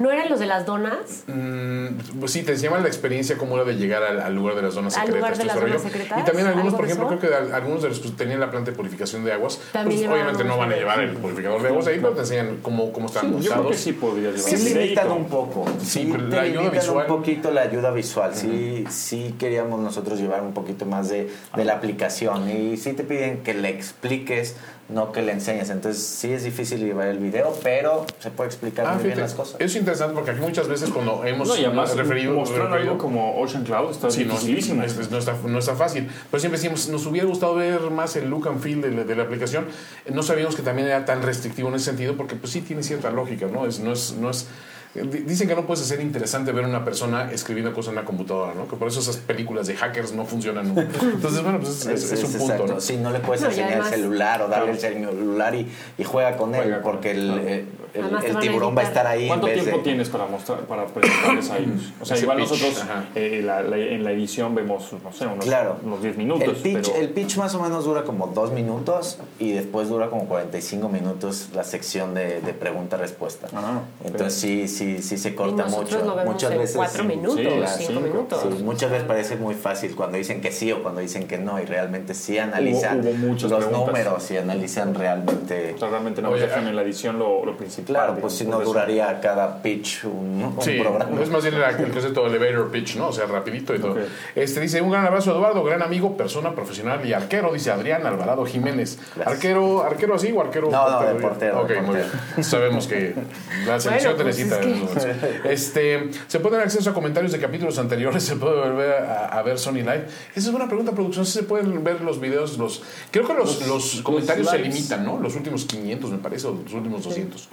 ¿No eran los de las donas? Mm, pues sí, te enseñaban la experiencia cómo era de llegar al, al lugar de las zonas Al secretas. lugar de todo las ese rollo. zonas secretas, Y también algunos, ¿algo por de ejemplo, eso? creo que al- algunos de los que tenían la planta de purificación de aguas, También pues, llevaban obviamente no unos van a llevar el videos. purificador de aguas ahí, pero te enseñan cómo, cómo están Yo creo que usados. sí podría llevar. Sí, un limitan videíto. un poco. Sí, pero te la ayuda limitan visual- un poquito la ayuda visual. Sí, sí queríamos nosotros llevar un poquito más de, de Ah. la aplicación. Y sí te piden que le expliques, no que le enseñes. Entonces sí es difícil llevar el video, pero se puede explicar Ah, muy bien fíjate, las cosas. Es interesante porque aquí muchas veces cuando hemos No, y además, referido, mostrar referido- algo como Ocean Cloud está Sí, no, dificilísimo. es- es- no está, no está fácil. Pero siempre decimos, nos hubiera gustado ver más el look and feel de la, de la aplicación. No sabíamos que también era tan restrictivo en ese sentido, porque pues sí tiene cierta lógica, ¿no? Es, no es, no es, eh, di- dicen que no puede ser interesante ver a una persona escribiendo cosas en una computadora, ¿no? Que por eso esas películas de hackers no funcionan nunca. Entonces, bueno, pues es, es- es un punto, exacto. ¿no? Sí, no le puedes No, y enseñar además- el celular o darle el celular y, y juega con él, Juega con porque él, el, claro. eh, el- Además te el van a tiburón va a editar. estar ahí en ¿Cuánto vez tiempo de. tienes para mostrar, para presentarles a ellos? O sea, Ese igual pitch, nosotros ajá. eh, la- la- en la edición vemos, no sé, unos, Claro. unos 10 minutos. El pitch, pero el pitch más o menos dura como dos minutos y después dura como 45 minutos la sección de, de pregunta-respuesta. Ah, ok. Entonces sí, sí, sí se Y corta nosotros mucho. lo vemos muchas en veces, cuatro minutos, Sí, cinco, las cinco, minutos. sí, muchas veces parece muy fácil cuando dicen que sí o cuando dicen que no y realmente sí Hubo- analizan hubo muchas los preguntas. números y analizan realmente. o sea, realmente no Oye, dejan ah. en la edición lo, lo principal. Claro, digamos, pues si por no eso. duraría cada pitch un, un Sí, programa. es más bien el, el concepto de elevator pitch, ¿no? O sea, rapidito y todo. Ok. Este dice, un gran abrazo Eduardo, gran amigo, persona profesional y arquero, dice Adrián Alvarado Jiménez. Gracias. ¿Arquero arquero así o arquero? No, no, de bien? portero, Ok, de muy portero. bien. Sabemos que la selección Bueno, pues, te necesita. es Este, ¿Se puede dar acceso a comentarios de capítulos anteriores? ¿Se puede volver a, a ver Sony Live? Esa es una pregunta, producción. ¿Sí se pueden ver los videos? los Creo que los, los, comentarios se lives. limitan, ¿no? Los últimos 500, me parece, o los últimos 200.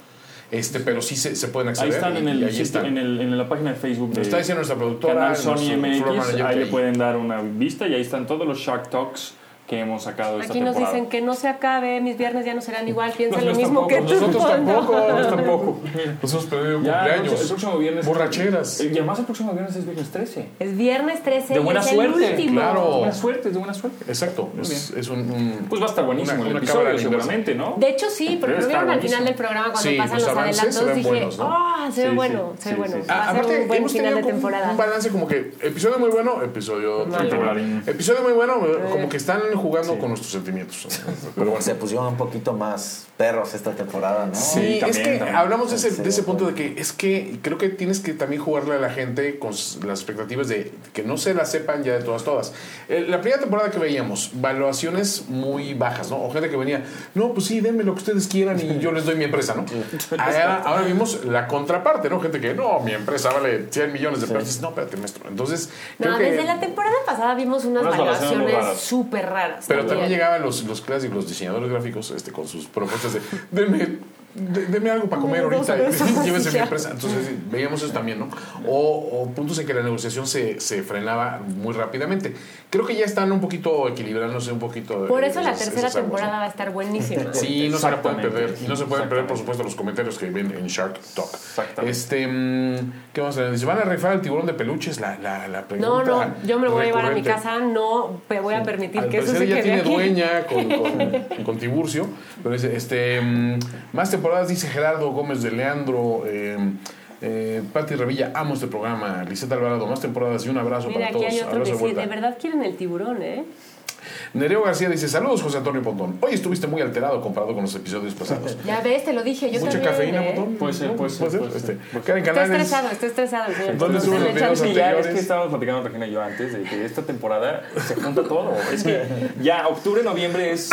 Este, pero sí se, se pueden Ahí acceder. están, en, y- el, y ahí están. En, el- en la página de Facebook Lo de está diciendo nuestra productora. canal nuestro Sony floor MX. manager, Ahí que le pueden dar una vista y ahí están todos los Shark Talks que hemos sacado esta Aquí nos temporada. dicen que no se acabe, mis viernes ya no serán igual, piensa lo Nosotros tampoco, mismo que tú. Nosotros Pondo. tampoco, nosotros tampoco. Nos hemos perdido un Ya, el cumpleaños. próximo- el próximo viernes. Borracheras. Y además el próximo viernes es viernes 13. Es viernes 13 De y buena es el suerte, último. claro. De buena suerte, es de buena suerte. Exacto. Es, es un, un- Pues va a estar buenísimo Una- el una cámara episodio de inversión. seguramente, ¿no? De hecho, sí, Debe porque lo estar vieron al final buenísimo. del programa cuando Sí, pasan los los, avances se adelantos. ven Dije, buenos, ¿no? ¡ah! se ve Sí, bueno, sí, se ve sí, bueno. sí, sí. Va Ah, a ser aparte, un buen hemos final tenido de como un- temporada. un balance como que episodio muy bueno, episodio Temporarín. Episodio muy bueno, como que están jugando con nuestros sentimientos. Pero bueno. Se pusieron un poquito más perros esta temporada, ¿no? Sí, Sí, es también, que también. hablamos de ese, Sí, de ese sí. punto de que es que creo que tienes que también jugarle a la gente con s- las expectativas de que no se la sepan ya de todas, todas. Eh, la primera temporada que veíamos, valuaciones muy bajas, ¿no? O gente que venía, no, pues sí, denme lo que ustedes quieran y yo les doy mi empresa, ¿no? Ahora, ahora vimos la contraparte, ¿no? Gente que, no, mi empresa vale 100 millones de pesos. No, espérate, maestro. Entonces, creo No, que... desde la temporada pasada vimos unas Unas valuaciones muy valuaciones raras. súper raras. Pero también llegaban los, los clásicos, los diseñadores gráficos, este, con sus propuestas de, denme de- deme algo para comer Deme dos ahorita, cervezas, llévese mi ya. empresa. Entonces, sí, veíamos eso también, ¿no? O, o puntos en que la negociación se, se frenaba muy rápidamente. Creo que ya están un poquito equilibrándose un poquito. Por eh, eso la esas- tercera esas aguas, ¿no? temporada va a estar buenísima. Sí, no se la pueden Exactamente, perder. sí, Y no se pueden perder, por exactamente. supuesto, los comentarios que ven en Shark Talk. Exactamente. Este, mm, ¿qué vamos a hacer? ¿Se van a rifar el tiburón de peluches? La, la, la No, pregunta no, yo me lo voy a llevar a mi recurrente. casa, no me voy a permitir Al que eso parecer se ya tiene quede aquí. dueña con, con, con Tiburcio. Pero dice, este, mm, más temporadas dice Gerardo Gómez de Leandro. Eh, eh, Pati Revilla, amo este programa. Liseta Alvarado, más temporadas y un abrazo para Mira, aquí todos. hay otro Abrazo que de sí, vuelta. de verdad quieren el tiburón, ¿eh? Nereo García dice, saludos José Antonio Pontón. Hoy estuviste muy alterado comparado con los episodios pasados. Ya ves, te lo dije, yo Mucha también, cafeína, ¿eh? Pontón. Puede ser, puede ser, Puede puede ser. Este, Karen Está Canales. estresado, está estresado el señor. ¿Dónde suben Está los videos echando- Sí, ya, es anteriores. que estábamos platicando Regina y yo antes de que esta temporada se junta todo. Es que ya octubre, noviembre es.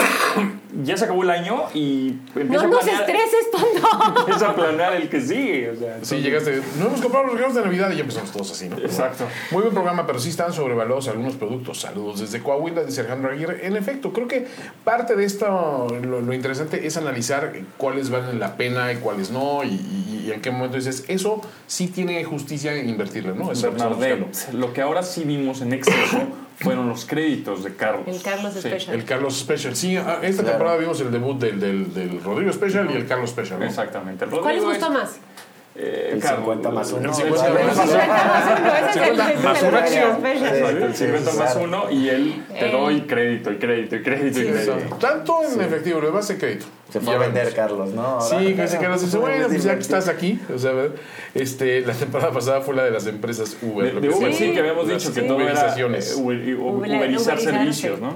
Ya se acabó el año y No empieza a nos planear- estreses, Pontón. Empieza a planear el que sigue. O sea, Sí, llegaste. No hemos comprado los regalos de Navidad y ya empezamos todos así, ¿no? Exacto. Muy buen programa, pero sí están sobrevalorados algunos productos. Saludos desde Coahuila, dice Alejandro Aguirre. En efecto, creo que parte de esto, lo, lo interesante es analizar cuáles valen la pena y cuáles no, y, y- y en qué momento dices, eso sí tiene justicia en invertirle, ¿no? Eso estamos Bernardet, buscando. lo que ahora sí vimos en exceso fueron los créditos de Carlos. El Carlos Sí, Special. El Carlos Special. Sí, ah, esta Claro. temporada vimos el debut del, del- del Rodrigo Special y el Carlos Special. ¿no? Exactamente. ¿Cuál les Rodrigo gustó es- más? eh, El Carlos. 50 más uno. El No, 50 vale, más más uno. uno. Más una acción. Exacto, el 50 Sí, más claro. uno y él te Eh. doy crédito y crédito y crédito y crédito. Exacto. Eh, Tanto en efectivo, lo demás en crédito. Se fue Ya a vender, vemos. Carlos, ¿no? Ahora- Sí, casi que no se dice, bueno, pues ya que Es estás aquí, o sea, ¿verdad? este, la temporada pasada fue la de las empresas Uber. De, lo de que Uber se sí, llama, que habíamos las dicho que todo era eh, uberizaciones. uberi- u- Ubela- uberizar uberizarse. servicios, ¿no?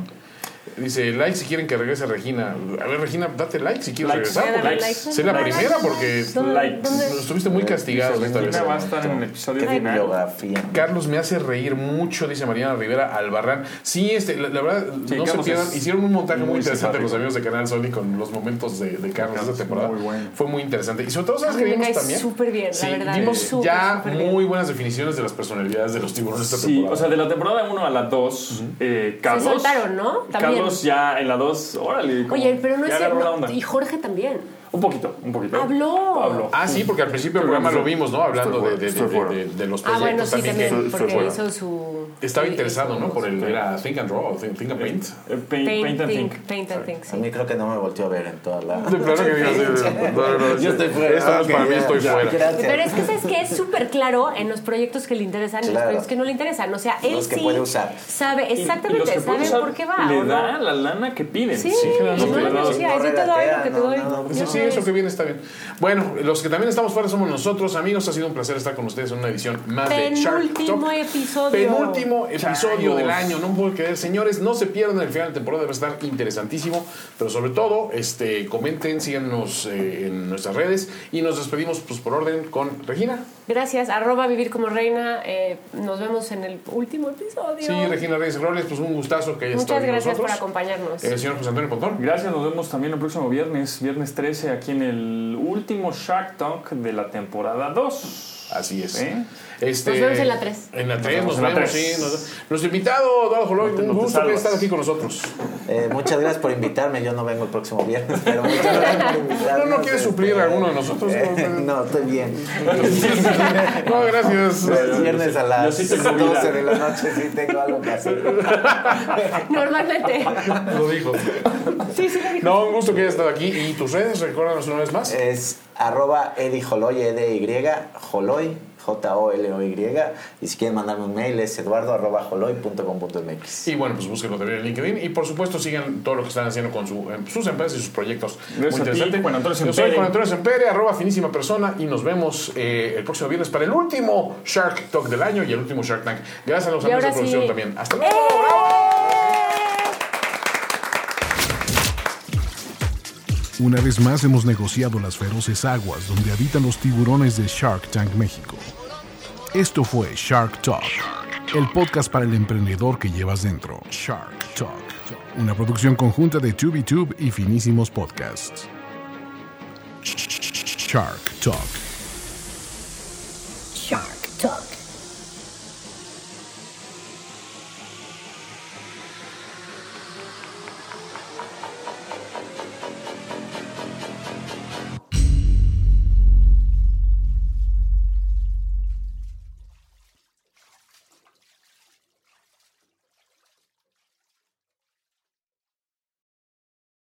Dice, like si quieren que regrese Regina. A ver, Regina, date like si quieres Like, regresar. dale porque like. Sé la primera porque ¿Dónde- likes. dónde- nos estuviste muy castigados esta vez. Eh, Regina va a estar en el episodio Qué final. bibliografía. Carlos me hace reír mucho, dice Mariana Rivera Albarrán. Sí, este, la, la verdad, Sí, no Carlos se pierdan. es Hicieron un montaje muy, muy interesante simpático. los amigos de Canal Sony con los momentos de, de Carlos esta temporada. muy bueno. Fue muy interesante. Y sobre todo, ¿sabes A qué mí me vimos cae también? súper bien, la Sí, verdad, Vimos súper, ya súper muy bien. buenas definiciones de las personalidades de los tiburones esta Sí, temporada. o sea, de la temporada 1 a la 2, eh, Carlos. soltaron, ¿no? También. Carlos ya en la 2, órale. como Oye, pero no ya es agarró la cierto. onda. Y Jorge también. Un poquito, un poquito. Habló. Habló. Ah, sí, porque al principio del Estoy programa lo fuera. vimos, ¿no? Hablando de, Estoy de- de- fuera. de- de los proyectos Ah, bueno, sí, también. que- también, Estoy porque fuera. hizo su... Estaba interesado, hizo- ¿no? Por el era Think and Draw, Think, Think and Paint. Eh, paint, paint and think. Paint and Think, A sí. mí creo que no me volteó a ver en toda la... De plano que digas, eh, no, no, no, Yo estoy fuera. Esto no es Ok, para mí, ya, estoy ya. fuera. Gracias. Pero es que ¿sabes qué? es súper claro en los proyectos que le interesan y los Claro. proyectos que no le interesan. O sea, él Los que sí puede usar. sabe Y- y los exactamente, que pueden sabe usar por qué va. Le ¿o no? da la lana que piden. Sí, claro. no, Los que le no, da- sí, ahí sí te doy lo que te No, doy. no, no, pues Yo Sí, sí, no- eso que viene está bien. Bueno, los que también estamos fuera somos nosotros, amigos. Ha sido un placer estar con ustedes en una edición más de Shark Penúltimo Talk. episodio. Penúltimo episodio Changos. del año, no me puedo creer. Señores, no se pierdan el final de temporada, va a estar interesantísimo. Pero sobre todo, este, comenten, síganos eh, en nuestras redes y nos despedimos pues, por orden con Regina. Gracias, arroba vivir como reina. eh, nos vemos en el último episodio. Sí, Regina Reyes Robles, pues un gustazo que haya estado Muchas con gracias por nosotros. acompañarnos. El señor José Antonio Pontón. Gracias, nos vemos también el próximo viernes, viernes 13, aquí en el último Shark Talk de la temporada 2. Así es. ¿Eh? Este, Nos vemos en la tres. En la 3, nos, vemos en la vemos, tres. sí. Nos, nuestro invitado, Eduardo Joloy, No te- un no te gusto que salvas. estar aquí con nosotros. Eh, muchas gracias por invitarme. Yo no vengo el próximo viernes, pero muchas gracias por invitarme. Eh, No, no quieres suplir a alguno de nosotros. no, estoy bien. No, gracias. El viernes a las Yo sí tengo vida. 12 de la noche sí tengo algo que hacer. Normalmente. Lo dijo. Sí, sí, lo dijo. No, un gusto que hayas estado aquí. ¿Y tus redes? Recuérdanos una vez más. Es arroba E edijoloy, E-D-Y, joloy, J-O-L-O-Y. Y si quieren mandarme un mail es eduardo arroba joloy punto com punto mx. Y bueno, pues búsquenlo también en LinkedIn. Y por supuesto, sigan todo lo que están haciendo con su- em- sus empresas y sus proyectos. Gracias a ti, Juan Yo Antonio soy Sempere. Juan Antonio Sempere, arroba finísima persona. Y nos vemos eh, el próximo viernes para el último Shark Talk del año y el último Shark Tank. Gracias a los Y amigos de ahora producción sí. ¡Eh! también. ¡Hasta luego! ¡Bravo! Una vez más hemos negociado las feroces aguas donde habitan los tiburones de Shark Tank México. Esto fue Shark Talk, el podcast para el emprendedor que llevas dentro. Shark Talk, una producción conjunta de TubiTube y Finísimos Podcasts. Shark Talk. Shark Talk.